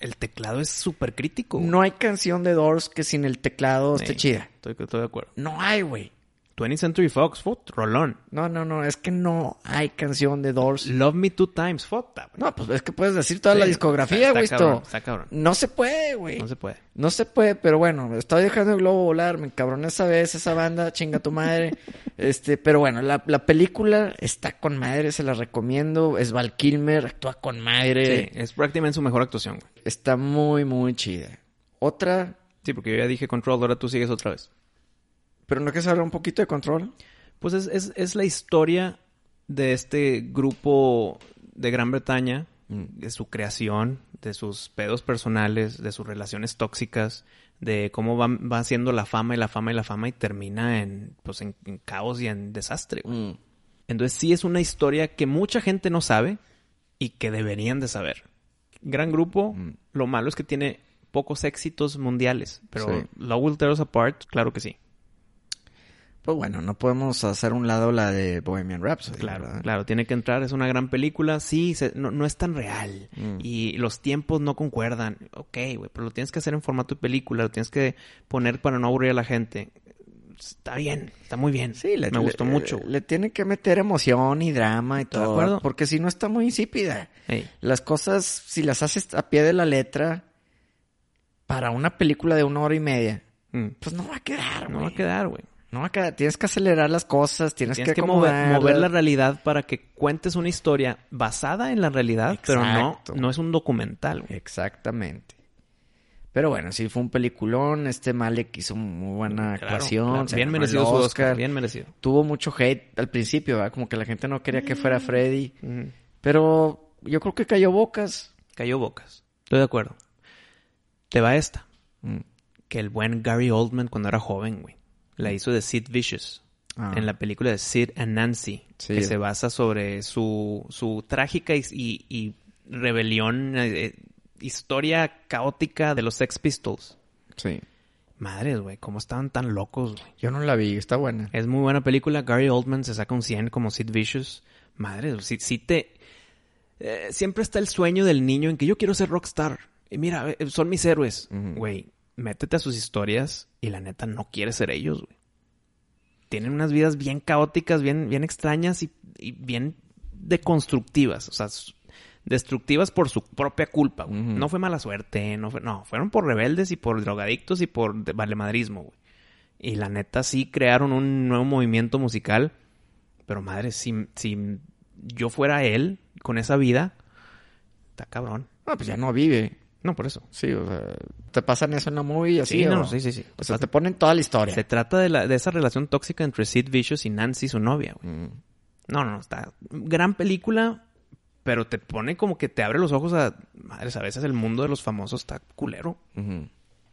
Speaker 1: El teclado es súper crítico. güey.
Speaker 2: No hay canción de Doors que sin el teclado esté
Speaker 1: Sí,
Speaker 2: chida.
Speaker 1: Estoy, estoy de acuerdo.
Speaker 2: No hay, güey.
Speaker 1: 20th Century Fox, fut, rolón.
Speaker 2: No, no, no. Es que no hay canción de Doors.
Speaker 1: Love Me Two Times, fota. güey.
Speaker 2: No, pues es que puedes decir toda
Speaker 1: Sí,
Speaker 2: la
Speaker 1: no,
Speaker 2: discografía,
Speaker 1: está-
Speaker 2: güey.
Speaker 1: está
Speaker 2: esto.
Speaker 1: cabrón, está cabrón.
Speaker 2: No se puede, güey.
Speaker 1: No se puede.
Speaker 2: No se puede, pero bueno, estaba dejando el globo volar, me encabroné esa vez, esa banda, chinga tu madre. Este, pero bueno, la, la película está con madre, se la recomiendo. Es Val Kilmer, actúa con
Speaker 1: Sí,
Speaker 2: madre.
Speaker 1: es prácticamente su mejor actuación, güey.
Speaker 2: Está muy, muy chida. Otra,
Speaker 1: Sí, porque yo ya dije Control, ahora tú sigues otra vez.
Speaker 2: pero no quieres hablar un poquito de control.
Speaker 1: Pues es, es- es la historia de este grupo de Gran Bretaña,
Speaker 3: Mm.
Speaker 1: de su creación, de sus pedos personales, de sus relaciones tóxicas, de cómo va, va haciendo la fama y la fama y la fama y termina en, pues, en, en caos y en desastre. güey.
Speaker 2: Mm.
Speaker 1: Entonces sí es una historia que mucha gente no sabe y que deberían de saber. Gran grupo,
Speaker 3: Mm.
Speaker 1: lo malo es que tiene pocos éxitos mundiales, pero
Speaker 3: Sí.
Speaker 1: Love Will Tear Us Apart, claro que sí.
Speaker 3: Pues bueno, no podemos hacer un lado la de Bohemian Rhapsody.
Speaker 1: Claro,
Speaker 3: Este, ¿verdad?
Speaker 1: claro, tiene que entrar, es una gran película, sí, se- no, no es tan real
Speaker 3: Mm.
Speaker 1: y los tiempos no concuerdan, ok, güey, pero lo tienes que hacer en formato de película, lo tienes que poner para no aburrir a la gente. Está bien, está muy bien,
Speaker 3: Sí, le,
Speaker 1: me gustó
Speaker 3: le-
Speaker 1: mucho.
Speaker 3: Le tienen que meter emoción y drama y
Speaker 1: Estoy de
Speaker 3: todo.
Speaker 1: acuerdo.
Speaker 3: Porque si no está muy insípida.
Speaker 1: Ey,
Speaker 3: Las cosas, si las haces a pie de la letra, para una película de una hora y media,
Speaker 1: mm,
Speaker 3: pues no va a quedar,
Speaker 1: no va a
Speaker 3: güey.
Speaker 1: quedar, güey.
Speaker 3: No va a quedar. Tienes que acelerar las cosas, tienes,
Speaker 1: Tienes que,
Speaker 3: que,
Speaker 1: mover,
Speaker 3: acomodarlas.
Speaker 1: mover la realidad para que cuentes una historia basada en la realidad,
Speaker 3: Exacto.
Speaker 1: pero no, no es un documental. güey.
Speaker 3: Exactamente. Pero bueno, sí fue un peliculón. Este Malek hizo muy buena
Speaker 1: Claro,
Speaker 3: actuación.
Speaker 1: claro.
Speaker 3: se
Speaker 1: Bien
Speaker 3: ganó el
Speaker 1: merecido su Oscar, bien merecido.
Speaker 3: Tuvo mucho hate al principio, ¿verdad? Como que la gente no quería que fuera Freddy.
Speaker 1: Mm.
Speaker 3: Pero yo creo que cayó bocas.
Speaker 1: Cayó bocas. Estoy de acuerdo. Te va esta.
Speaker 3: Mm.
Speaker 1: Que el buen Gary Oldman cuando era joven, güey. La hizo de Sid Vicious.
Speaker 3: Ah.
Speaker 1: En la película de Sid and Nancy.
Speaker 3: Sí.
Speaker 1: Que se basa sobre su, su trágica y, y- y rebelión, eh, eh, historia caótica de los Sex Pistols.
Speaker 3: Sí.
Speaker 1: Madres, güey. ¿Cómo estaban tan locos, güey?
Speaker 3: Yo no la vi, está buena.
Speaker 1: Es muy buena película. Gary Oldman se saca un 100 como Sid Vicious. Madre, si, si te... eh, siempre está el sueño del niño en que yo quiero ser rockstar. Y mira, eh, son mis héroes.
Speaker 3: Ujú.
Speaker 1: Güey, métete a sus historias y la neta no quiere ser ellos, güey. Tienen unas vidas bien caóticas, bien, bien extrañas y, y bien deconstructivas. O sea, s- destructivas por su propia culpa. güey.
Speaker 3: Ujú.
Speaker 1: No fue mala suerte, no fue... No, fueron por rebeldes y por drogadictos y por de- valemadrismo, güey. Y la neta sí crearon un nuevo movimiento musical. Pero madre, si, si yo fuera él con esa vida, está cabrón.
Speaker 3: Ah, pues ya no vive.
Speaker 1: No, por eso.
Speaker 3: Sí, o sea, te pasan eso en una movie y así.
Speaker 1: Sí, no,
Speaker 3: ¿o?
Speaker 1: no, sí, sí, sí.
Speaker 3: O sea, te ponen toda la historia.
Speaker 1: Se trata de, la, de esa relación tóxica entre Sid Vicious y Nancy, su novia, güey.
Speaker 3: Mm.
Speaker 1: No, no, no, está. Gran película, pero te pone como que te abre los ojos a. Madres, a veces el mundo de los famosos está culero.
Speaker 3: Ujú.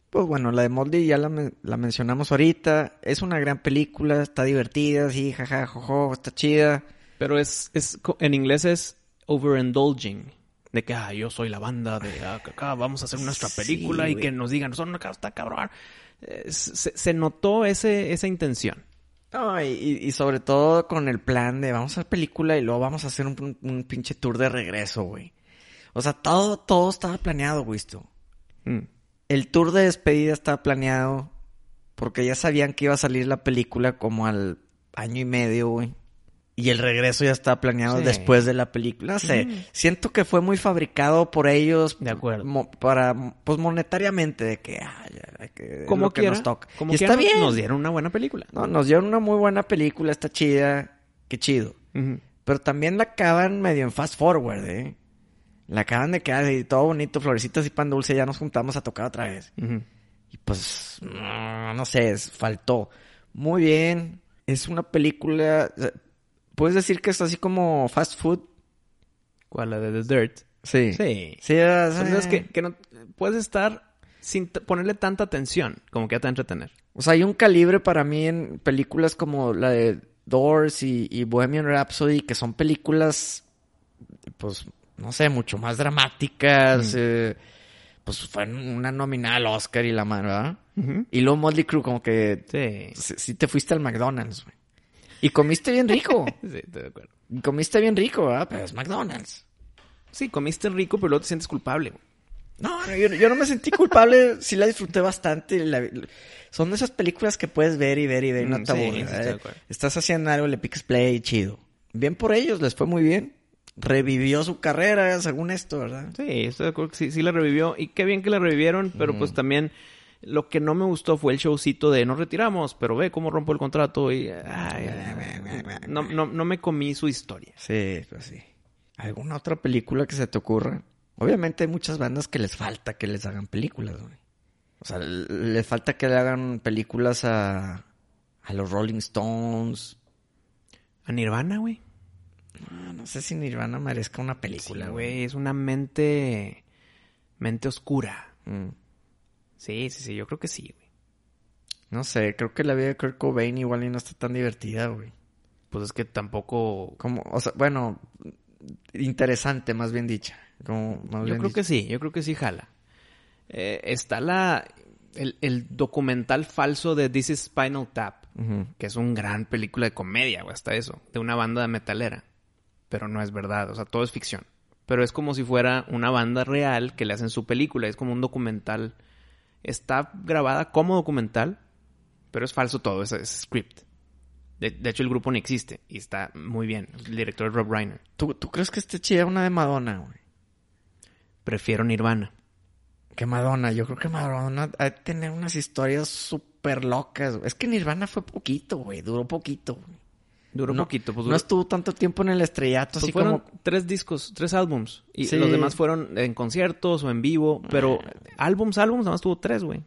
Speaker 2: Pues bueno, la de Moldy ya la, men- la mencionamos ahorita. Es una gran película, está divertida, sí, jaja, jojo, está chida.
Speaker 1: Pero es, es co- en inglés es overindulging. De que, ah, yo soy la banda de ah, que acá, vamos a hacer nuestra
Speaker 2: Sí,
Speaker 1: película y
Speaker 2: güey.
Speaker 1: que nos digan, son acá, está cabrón. Eh, Se, se notó ese, esa intención.
Speaker 2: No, y, y- y sobre todo con el plan de vamos a hacer película y luego vamos a hacer un, un pinche tour de regreso, güey. O sea, todo, todo estaba planeado, güey. esto.
Speaker 1: Mm.
Speaker 2: El tour de despedida estaba planeado porque ya sabían que iba a salir la película como al año y medio, güey. Y el regreso ya estaba planeado
Speaker 1: Sí.
Speaker 2: después de la película. No sé, siento que fue muy fabricado por ellos.
Speaker 1: De acuerdo.
Speaker 2: mo- para, pues monetariamente, de que, ah, ya, hay que es
Speaker 1: Como
Speaker 2: lo que
Speaker 1: quiera,
Speaker 2: nos toca.
Speaker 1: como
Speaker 2: y
Speaker 1: quiera,
Speaker 2: está bien.
Speaker 1: nos dieron una buena película.
Speaker 2: No, nos dieron una muy buena película, está chida, qué chido.
Speaker 1: Ujú.
Speaker 2: Pero también la acaban medio en fast forward, ¿eh? La acaban de quedar así, todo bonito, florecitas y pan dulce, ya nos juntamos a tocar otra vez.
Speaker 1: Ujú.
Speaker 2: Y pues, no, no sé, es- faltó. Muy bien, es una película... eh, ¿Puedes decir que es así como fast food?
Speaker 1: ¿Cuál? La de The Dirt.
Speaker 2: Sí. Sí,
Speaker 1: Sí.
Speaker 2: es,
Speaker 1: Son esas que, que no puedes estar sin t- ponerle tanta atención, como que ya te va a entretener.
Speaker 2: O sea, hay un calibre para mí en películas como la de Doors y, y Bohemian Rhapsody, que son películas, pues, no sé, mucho más dramáticas. eh, pues fue una nominada al Oscar y la mano, ¿verdad? Y luego Motley Crue, como que
Speaker 1: Sí.
Speaker 2: si, si te fuiste al McDonald's, güey. Y comiste bien rico.
Speaker 1: Sí, estoy de acuerdo.
Speaker 2: Y comiste bien rico, ¿verdad? Pero es McDonald's.
Speaker 1: Sí, comiste rico, pero luego te sientes culpable.
Speaker 2: No, no, yo, yo no me sentí culpable, sí la disfruté bastante. la- son de esas películas que puedes ver y ver y ver y no
Speaker 1: Mm,
Speaker 2: te
Speaker 1: sí,
Speaker 2: aburres,
Speaker 1: sí, estoy de
Speaker 2: ¿eh?
Speaker 1: acuerdo.
Speaker 2: Estás haciendo algo, le picas play y chido. Bien por ellos, les fue muy bien. Revivió su carrera, según esto, ¿verdad?
Speaker 1: Sí, estoy de acuerdo que sí, sí la revivió. Y qué bien que la revivieron, pero pues también lo que no me gustó fue el showcito de nos retiramos, pero ve cómo rompo el contrato y... ay, no, no, no me comí su historia.
Speaker 2: Sí, pues sí. ¿Alguna otra película que se te ocurra? Obviamente hay muchas bandas que les falta que les hagan películas, güey. O sea, l- les falta que le hagan películas a, a los Rolling Stones.
Speaker 1: A Nirvana, güey.
Speaker 2: Ah, no sé si Nirvana merezca una película,
Speaker 1: Sí,
Speaker 2: güey.
Speaker 1: güey, es una mente... Mente oscura.
Speaker 2: Mm.
Speaker 1: Sí, sí, sí, yo creo que sí, güey.
Speaker 2: No sé, creo que la vida de Kurt Cobain igual y no está tan divertida, güey.
Speaker 1: pues es que tampoco...
Speaker 2: Como, o sea, bueno, interesante, más bien dicha. Como, más
Speaker 1: Yo
Speaker 2: bien
Speaker 1: creo que
Speaker 2: dicho.
Speaker 1: sí, yo creo que sí jala. Eh, está la... El, el documental falso de This is Spinal Tap,
Speaker 2: Ujú.
Speaker 1: que es un gran película de comedia, güey, hasta eso, de una banda metalera. Pero no es verdad, o sea, todo es ficción. Pero es como si fuera una banda real que le hacen su película, es como un documental. Está grabada como documental, pero es falso todo, es, es script. De, de hecho, el grupo ni existe y está muy bien. El director es Rob Reiner.
Speaker 2: ¿Tú, tú crees que esté chida una de Madonna, güey?
Speaker 1: Prefiero Nirvana.
Speaker 2: Que Madonna, yo creo que Madonna ha de tener unas historias súper locas. güey. Es que Nirvana fue poquito, güey, duró poquito. güey.
Speaker 1: Duró
Speaker 2: No-
Speaker 1: poquito, pues duró-
Speaker 2: No estuvo tanto tiempo en el estrellato,
Speaker 1: Pues
Speaker 2: así
Speaker 1: fueron
Speaker 2: como...
Speaker 1: tres discos, tres álbums. Y
Speaker 2: Sí.
Speaker 1: los demás fueron en conciertos o en vivo. Pero
Speaker 2: Ah.
Speaker 1: álbums, álbums, nada más tuvo tres, güey.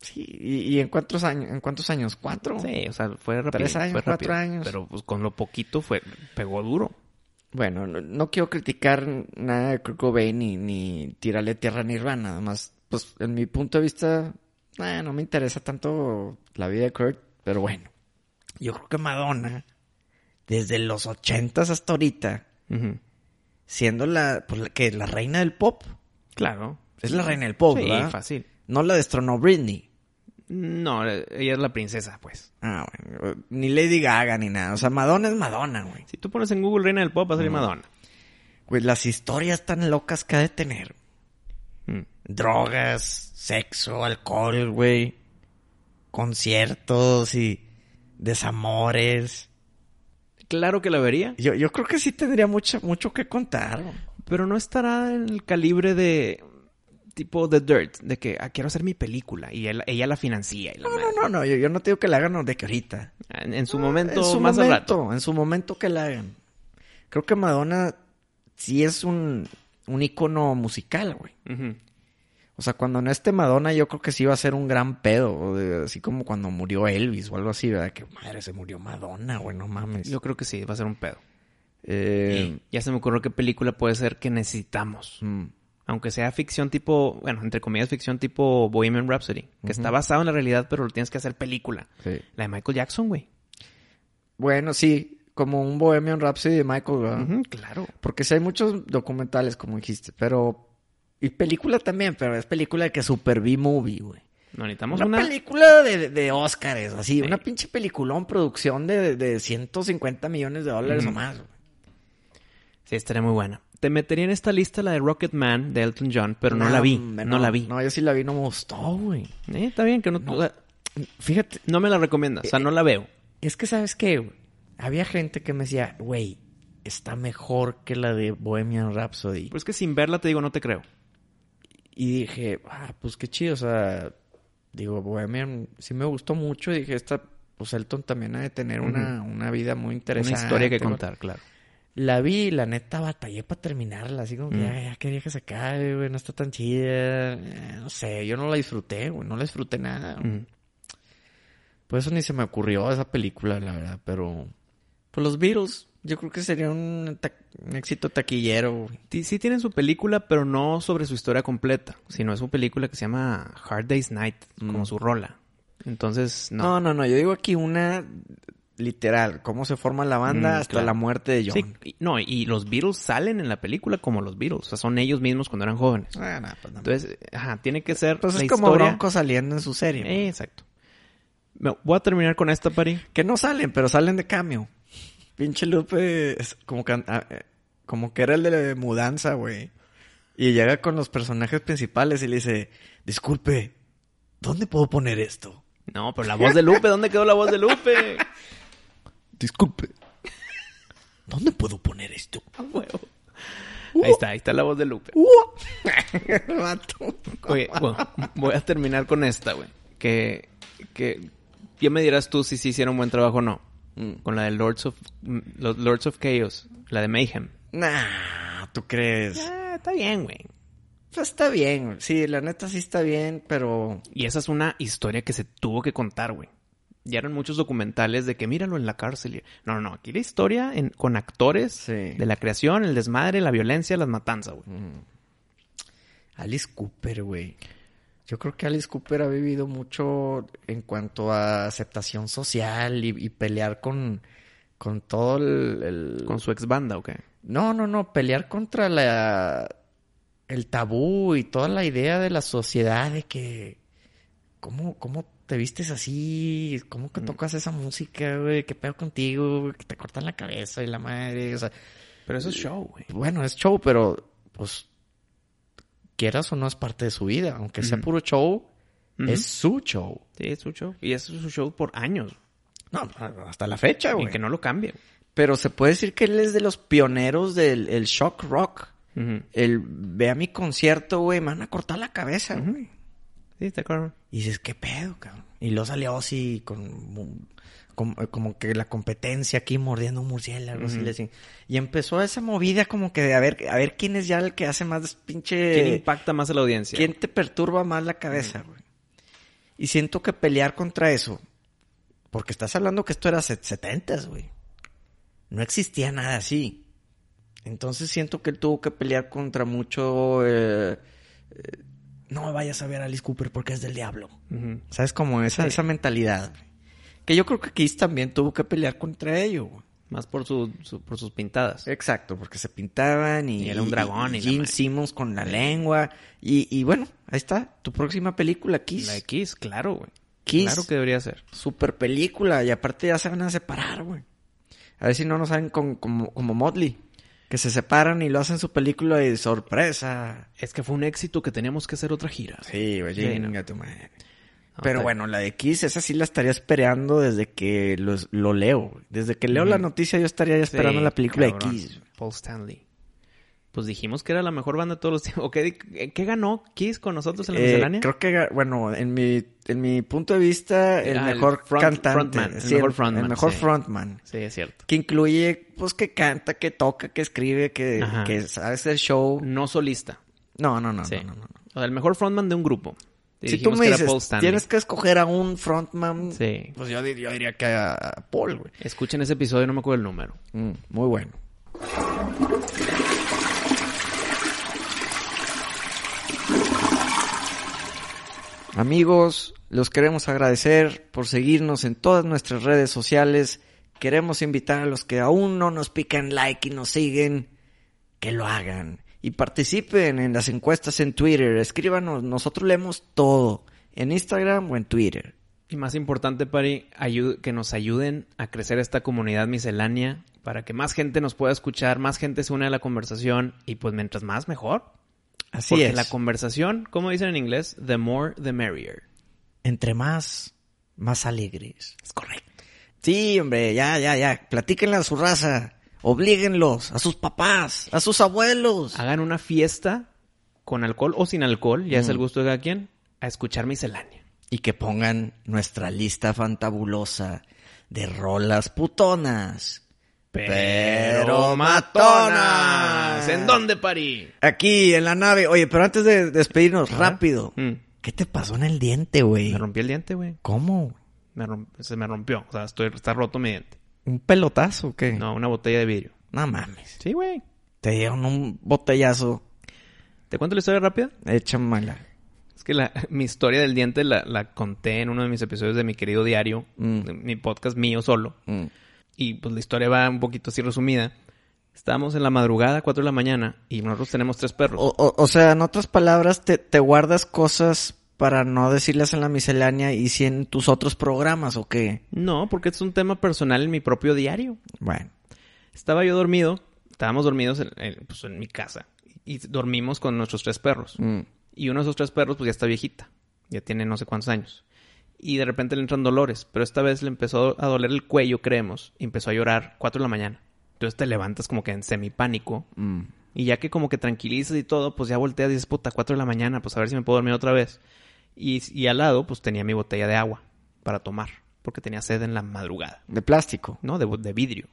Speaker 2: Sí, y, y en cuántos años, en cuántos años, cuatro.
Speaker 1: Sí, o sea, fue rápido.
Speaker 2: Tres años,
Speaker 1: fue
Speaker 2: cuatro
Speaker 1: rápido.
Speaker 2: años.
Speaker 1: Pero pues con lo poquito fue, pegó duro.
Speaker 2: Bueno, no, no quiero criticar nada de Kurt Cobain ni, ni tirarle tierra a Nirvana, nada más, pues en mi punto de vista, eh, no me interesa tanto la vida de Kurt, pero bueno. Yo creo que Madonna, desde los ochentas hasta ahorita,
Speaker 1: Ujú.
Speaker 2: siendo la, pues, la que la reina del pop,
Speaker 1: Claro.
Speaker 2: es la reina del pop,
Speaker 1: sí,
Speaker 2: ¿verdad?
Speaker 1: fácil.
Speaker 2: No la destronó Britney.
Speaker 1: No, eh, ella es la princesa, pues.
Speaker 2: Ah, bueno, eh, ni Lady Gaga ni nada. O sea, Madonna es Madonna, güey.
Speaker 1: Si tú pones en Google Reina del Pop, va a salir Madonna.
Speaker 2: Güey, las historias tan locas que ha de tener.
Speaker 1: Mm.
Speaker 2: drogas, sexo, alcohol, güey. Conciertos y desamores.
Speaker 1: Claro que la vería,
Speaker 2: Yo, yo creo que sí tendría mucho, mucho que contar. güey.
Speaker 1: pero no estará en el calibre de tipo The Dirt, de que ah, quiero hacer mi película y él- ella la financia. Y la
Speaker 2: No,
Speaker 1: madre.
Speaker 2: no, no, no. Yo, yo no te digo que la hagan de que ahorita.
Speaker 1: En, en su momento,
Speaker 2: en su
Speaker 1: más al rato.
Speaker 2: momento, en su momento que la hagan. Creo que Madonna sí es un, un ícono musical, güey.
Speaker 1: Ujú.
Speaker 2: O sea, cuando no esté Madonna, yo creo que sí va a ser un gran pedo. o de- así como cuando murió Elvis o algo así, ¿verdad? Que madre, se murió Madonna, güey, no mames.
Speaker 1: Yo creo que sí, va a ser un pedo.
Speaker 2: Eh,
Speaker 1: Ya se me ocurrió qué película puede ser que necesitamos.
Speaker 2: mm.
Speaker 1: Aunque sea ficción tipo, bueno, entre comillas ficción tipo Bohemian Rhapsody, que está basado en la realidad, pero lo tienes que hacer película.
Speaker 2: Sí.
Speaker 1: La de Michael Jackson, güey.
Speaker 2: Bueno, sí, como un Bohemian Rhapsody de Michael, ¿verdad?
Speaker 1: Ujú, claro.
Speaker 2: Porque sí hay muchos documentales, como dijiste, pero... Y película también, pero es película que super B-movie, güey.
Speaker 1: No, necesitamos
Speaker 2: Una,
Speaker 1: una...
Speaker 2: película de, de Óscares, así.
Speaker 1: Sí.
Speaker 2: Una pinche peliculón, producción de, de 150 millones de dólares
Speaker 1: Ujú.
Speaker 2: o más, güey.
Speaker 1: Sí, estaría muy buena. Te metería en esta lista la de Rocket Man de Elton John, pero no,
Speaker 2: Nah,
Speaker 1: la vi.
Speaker 2: hombre,
Speaker 1: no, la vi.
Speaker 2: No, yo sí la vi, no me gustó, güey.
Speaker 1: Eh, está bien que no... o sea,
Speaker 2: Fíjate,
Speaker 1: no me la recomiendas,
Speaker 2: Eh,
Speaker 1: o sea, no la veo.
Speaker 2: es que ¿sabes qué? güey? Había gente que me decía, güey, está mejor que la de Bohemian Rhapsody.
Speaker 1: Pero Pues es que sin verla te digo, no te creo.
Speaker 2: Y dije, ah, pues qué chido, o sea, digo, Bohemian sí me gustó mucho. Y dije, esta, pues Elton también ha de tener una, una vida muy
Speaker 1: Una
Speaker 2: interesante.
Speaker 1: historia que
Speaker 2: güey.
Speaker 1: contar, claro.
Speaker 2: La vi, y la neta, batallé para terminarla, así como que
Speaker 1: Mm.
Speaker 2: "Ay, ya quería que se acabe, güey, no está tan chida. Eh, no sé, yo no la disfruté, güey, no la disfruté nada. güey.
Speaker 1: Ujú.
Speaker 2: Por eso ni se me ocurrió esa película, la verdad, pero... Pues los Beatles, yo creo que sería un, ta- un éxito taquillero, güey.
Speaker 1: Ti- Sí tienen su película, pero no sobre su historia completa, sino es una película que se llama Hard Day's Night, como
Speaker 2: Mm.
Speaker 1: su rola. Entonces, no.
Speaker 2: No, no, no, yo digo aquí una literal, cómo se forma la banda
Speaker 1: Mm,
Speaker 2: hasta
Speaker 1: claro.
Speaker 2: la muerte de
Speaker 1: Sí,
Speaker 2: John.
Speaker 1: y- no, y los Beatles salen en la película como los Beatles, o sea, son ellos mismos cuando eran jóvenes.
Speaker 2: Ah, no, pues no.
Speaker 1: Entonces, ajá, tiene que ser
Speaker 2: Pues
Speaker 1: la
Speaker 2: es como
Speaker 1: historia-
Speaker 2: Bronco saliendo en su serie. güey.
Speaker 1: Eh, exacto. Me- voy a terminar con esta, Pari.
Speaker 2: Que no salen, pero salen de cambio. Pinche Lupe es como que, ah, eh, como que era el de mudanza, güey. Y llega con los personajes principales y le dice, disculpe, ¿dónde puedo poner esto?
Speaker 1: No, pero la voz de Lupe, ¿dónde quedó la voz de Lupe?
Speaker 2: Disculpe, ¿dónde puedo poner esto?
Speaker 1: A huevo. Ahí está, ahí está la voz de Lupe.
Speaker 2: El vato.
Speaker 1: Oye, bueno, voy a terminar con esta, güey. Que, que ya me dirás tú si sí hicieron buen trabajo o no. Con la de Lords of, mm, los Lords of Chaos, la de Mayhem.
Speaker 2: Nah, ¿tú crees?
Speaker 1: Ah, está bien, güey.
Speaker 2: Pues está bien, güey. sí, la neta sí está bien, pero...
Speaker 1: Y esa es una historia que se tuvo que contar, güey. Ya eran muchos documentales de que míralo en la cárcel. y- No, no, no. Aquí la historia en- con actores
Speaker 2: Sí.
Speaker 1: de la creación, el desmadre, la violencia, las matanzas, güey.
Speaker 2: Alice Cooper, güey. Yo creo que Alice Cooper ha vivido mucho en cuanto a aceptación social y, y pelear con Con todo el, el-
Speaker 1: ¿Con su ex banda o qué?
Speaker 2: No, no, no. Pelear contra la... El tabú y toda la idea de la sociedad de que... ¿Cómo, cómo te vistes así? ¿Cómo que tocas esa música, güey? ¿Qué pedo contigo? güey? Que te cortan la cabeza y la madre. O sea,
Speaker 1: Pero eso es show, güey.
Speaker 2: bueno, es show, pero pues quieras o no es parte de su vida. Aunque sea
Speaker 1: Ujú.
Speaker 2: puro show,
Speaker 1: Ujú.
Speaker 2: es su show.
Speaker 1: Sí, es su show. Y eso es su show por años.
Speaker 2: No, hasta la fecha,
Speaker 1: Y que no lo cambie.
Speaker 2: Pero se puede decir que él es de los pioneros del el shock rock.
Speaker 1: Ujú.
Speaker 2: El ve a mi concierto, güey, me van a cortar la cabeza, güey.
Speaker 1: Sí, está claro.
Speaker 2: Y dices, ¿qué pedo, cabrón? Y luego salió así, con, como, como que la competencia aquí mordiendo un murciélago. así
Speaker 1: Ujú.
Speaker 2: le decían. Y empezó esa movida como que de a ver, a ver quién es ya el que hace más pinche...
Speaker 1: ¿Quién impacta más a la audiencia?
Speaker 2: Eh, ¿Quién te perturba más la cabeza, güey? Y siento que pelear contra eso, porque estás hablando que esto era set- 70s, güey. No existía nada así. Entonces siento que él tuvo que pelear contra mucho... eh, eh, no vayas a ver a Alice Cooper porque es del diablo.
Speaker 1: Ujú.
Speaker 2: ¿Sabes? Como esa, esa mentalidad. güey. Que yo creo que Kiss también tuvo que pelear contra ello, güey.
Speaker 1: Más por, su, su- por sus pintadas.
Speaker 2: Exacto, porque se pintaban y,
Speaker 1: Y era un dragón y la
Speaker 2: Gene
Speaker 1: madre.
Speaker 2: Simmons con la lengua. Y, y bueno, ahí está, tu próxima película, Kiss.
Speaker 1: La de Kiss, claro, güey.
Speaker 2: Kiss.
Speaker 1: Claro que debería ser.
Speaker 2: Super película, y aparte ya se van a separar, güey. A ver si no nos saben con- como, como Motley, que se separan y lo hacen su película de sorpresa.
Speaker 1: Es que fue un éxito que teníamos que hacer otra gira.
Speaker 2: Sí, güey,
Speaker 1: Sí,
Speaker 2: chinga
Speaker 1: no.
Speaker 2: tu madre.
Speaker 1: No,
Speaker 2: Pero
Speaker 1: está-
Speaker 2: bueno, la de Kiss, esa sí la estaría esperando desde que los- lo leo. güey. Desde que leo la
Speaker 1: Ujú.
Speaker 2: noticia yo estaría ya esperando
Speaker 1: Sí,
Speaker 2: la película
Speaker 1: cabrón.
Speaker 2: de Kiss. güey.
Speaker 1: Paul Stanley. Pues dijimos que era la mejor banda de todos los tiempos. ¿O qué, qué ganó Kiss con nosotros en la
Speaker 2: Eh,
Speaker 1: miscelánea?
Speaker 2: creo que, ga- bueno, en mi, en mi punto de vista, el
Speaker 1: Ah, el
Speaker 2: mejor
Speaker 1: front-
Speaker 2: cantante.
Speaker 1: frontman, el
Speaker 2: sí,
Speaker 1: mejor frontman,
Speaker 2: el mejor
Speaker 1: sí.
Speaker 2: frontman.
Speaker 1: Sí, es cierto.
Speaker 2: Que incluye, pues, que canta, que toca, que escribe, que,
Speaker 1: Ajá.
Speaker 2: que sabe hacer show.
Speaker 1: No solista.
Speaker 2: No, no, no,
Speaker 1: Sí.
Speaker 2: no, no, no.
Speaker 1: O sea, el mejor frontman de un grupo. Y
Speaker 2: Si tú
Speaker 1: dijimos
Speaker 2: me
Speaker 1: que era
Speaker 2: dices,
Speaker 1: Paul Stanley.
Speaker 2: tienes que escoger a un frontman,
Speaker 1: Sí.
Speaker 2: pues yo, dir- yo diría que a a Paul, güey.
Speaker 1: Escuchen ese episodio, no me acuerdo el número.
Speaker 2: Mm, muy bueno. Amigos, los queremos agradecer por seguirnos en todas nuestras redes sociales. Queremos invitar a los que aún no nos pican like y nos siguen, que lo hagan. Y participen en las encuestas en Twitter. Escríbanos, nosotros leemos todo. En Instagram o en Twitter.
Speaker 1: Y más importante, Pari, ayu- que nos ayuden a crecer esta comunidad miscelánea para que más gente nos pueda escuchar, más gente se une a la conversación y pues mientras más, mejor.
Speaker 2: Así
Speaker 1: Porque
Speaker 2: es.
Speaker 1: la conversación, como dicen en inglés, the more, the merrier.
Speaker 2: entre más, más alegres. Es correcto. Sí, hombre, ya, ya, ya. Platíquenle a su raza. Oblíguenlos, a sus papás, a sus abuelos.
Speaker 1: Hagan una fiesta con alcohol o sin alcohol, ya es
Speaker 2: Mm.
Speaker 1: el gusto de cada quien, a escuchar miscelánea.
Speaker 2: Y que pongan nuestra lista fantabulosa de rolas putonas. Pero matonas.
Speaker 1: ¿En dónde, Pari?
Speaker 2: Aquí, en la nave. Oye, pero antes de despedirnos, rápido.
Speaker 1: Mm.
Speaker 2: ¿Qué te pasó en el diente, güey?
Speaker 1: Me rompí el diente, güey.
Speaker 2: ¿Cómo?
Speaker 1: Me romp- se me rompió. O sea, estoy- está roto mi diente.
Speaker 2: ¿Un pelotazo o qué? No.
Speaker 1: No, una botella de vidrio.
Speaker 2: No mames.
Speaker 1: Sí, güey.
Speaker 2: Te dieron un botellazo.
Speaker 1: ¿Te cuento la historia rápida?
Speaker 2: Hecha mala.
Speaker 1: Es que la, mi historia del diente la, la conté en uno de mis episodios de mi querido diario,
Speaker 2: Mm.
Speaker 1: de mi podcast mío solo.
Speaker 2: Mm.
Speaker 1: Y pues la historia va un poquito así resumida. Estábamos en la madrugada, 4 de la mañana, y nosotros tenemos tres perros.
Speaker 2: O, o- o sea, en otras palabras, te, te guardas cosas para no decirlas en la miscelánea y si en tus otros programas o qué.
Speaker 1: No, porque es un tema personal en mi propio diario.
Speaker 2: Bueno.
Speaker 1: Estaba yo dormido, estábamos dormidos en, en- pues, en mi casa, y dormimos con nuestros tres perros.
Speaker 2: Mm.
Speaker 1: Y uno de esos tres perros, pues ya está viejita. Ya tiene no sé cuántos años. Y de repente le entran dolores. Pero esta vez le empezó a doler el cuello, creemos. Y empezó a llorar 4 de la mañana. Entonces te levantas como que en semipánico.
Speaker 2: Mm.
Speaker 1: Y ya que como que tranquilizas y todo, pues ya volteas y dices, puta, 4 de la mañana, pues a ver si me puedo dormir otra vez. Y, y al lado, pues tenía mi botella de agua para tomar. Porque tenía sed en la madrugada.
Speaker 2: De plástico.
Speaker 1: ¿no? De, bo- de vidrio.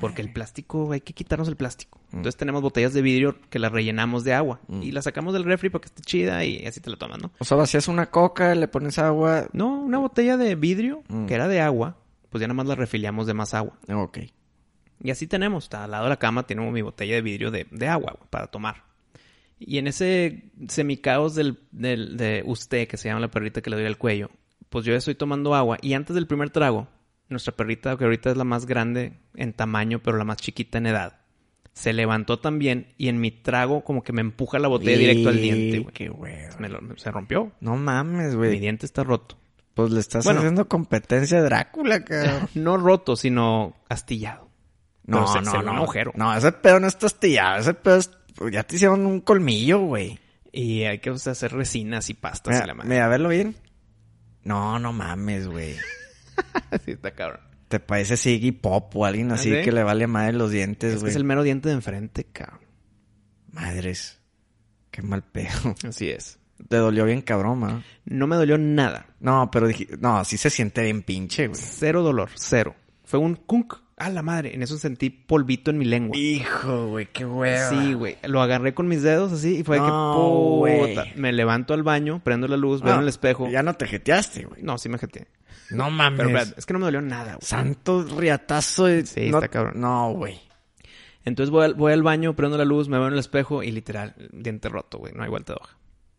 Speaker 1: Porque el plástico, hay que quitarnos el plástico.
Speaker 2: Mm.
Speaker 1: Entonces tenemos botellas de vidrio que las rellenamos de agua.
Speaker 2: Mm.
Speaker 1: Y la sacamos del refri para que esté chida y así te la tomas, ¿no?
Speaker 2: O sea, vacías una coca, le pones agua.
Speaker 1: No, una botella de vidrio
Speaker 2: Mm.
Speaker 1: que era de agua, pues ya nada más la refiliamos de más agua.
Speaker 2: Ok.
Speaker 1: Y así tenemos, está al lado de la cama tenemos mi botella de vidrio de, de agua güey, para tomar. Y en ese semicaos del, del- de usted, que se llama la perrita que le doy al cuello, pues yo ya estoy tomando agua y antes del primer trago nuestra perrita, que ahorita es la más grande en tamaño, pero la más chiquita en edad, se levantó también y en mi trago como que me empuja la botella directo al diente, güey.
Speaker 2: Qué huevo.
Speaker 1: Me lo- se rompió.
Speaker 2: No mames,
Speaker 1: Mi
Speaker 2: güey.
Speaker 1: diente está roto.
Speaker 2: Pues le estás
Speaker 1: Bueno.
Speaker 2: haciendo competencia a Drácula, cabrón.
Speaker 1: No roto, sino astillado.
Speaker 2: No,
Speaker 1: Pero se-
Speaker 2: no,
Speaker 1: se ve
Speaker 2: no.
Speaker 1: un agujero.
Speaker 2: No, ese pedo no está astillado. Ese pedo es... Ya te hicieron un colmillo, güey.
Speaker 1: Y hay que o sea, hacer resinas y pastas y
Speaker 2: Mira,
Speaker 1: la madre.
Speaker 2: mira, a verlo bien. No, no mames, güey.
Speaker 1: Sí, está cabrón.
Speaker 2: Te parece Siggy Pop o alguien así
Speaker 1: ¿Ah, ¿sí?
Speaker 2: que le vale madre los dientes,
Speaker 1: Es que
Speaker 2: güey.
Speaker 1: es el mero diente de enfrente, cabrón.
Speaker 2: Madres. Qué mal pedo.
Speaker 1: Así es.
Speaker 2: Te dolió bien cabrón, ¿ah?
Speaker 1: No me dolió nada.
Speaker 2: No, pero dije... No, sí se siente bien pinche, güey.
Speaker 1: Cero dolor, cero. Fue un kunk. A la madre. En eso sentí polvito en mi lengua.
Speaker 2: Hijo, güey, qué hueva.
Speaker 1: Sí, güey. Lo agarré con mis dedos así y fue de
Speaker 2: No,
Speaker 1: que puta.
Speaker 2: güey.
Speaker 1: Me levanto al baño, prendo la luz, veo en el espejo.
Speaker 2: Ya no te jeteaste, güey.
Speaker 1: No, sí me jeté.
Speaker 2: No mames.
Speaker 1: Pero espérate, es que no me dolió nada, güey.
Speaker 2: Santo riatazo. de-
Speaker 1: Sí,
Speaker 2: no,
Speaker 1: está cabrón.
Speaker 2: No, güey.
Speaker 1: Entonces voy al, voy al baño, prendo la luz, me veo en el espejo y literal, diente roto, güey. No hay vuelta de hoja.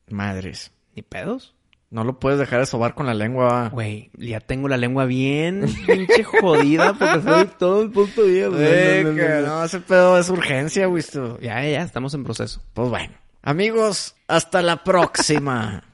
Speaker 2: Madres.
Speaker 1: ¿Ni pedos?
Speaker 2: No lo puedes dejar de sobar con la lengua. va.
Speaker 1: Güey, ya tengo la lengua bien pinche jodida porque soy todo el puto día, güey.
Speaker 2: Eh,
Speaker 1: No, no, no,
Speaker 2: que
Speaker 1: no.
Speaker 2: no, ese pedo es urgencia, güey. esto.
Speaker 1: Ya, ya, estamos en proceso.
Speaker 2: Pues bueno. Amigos, hasta la próxima.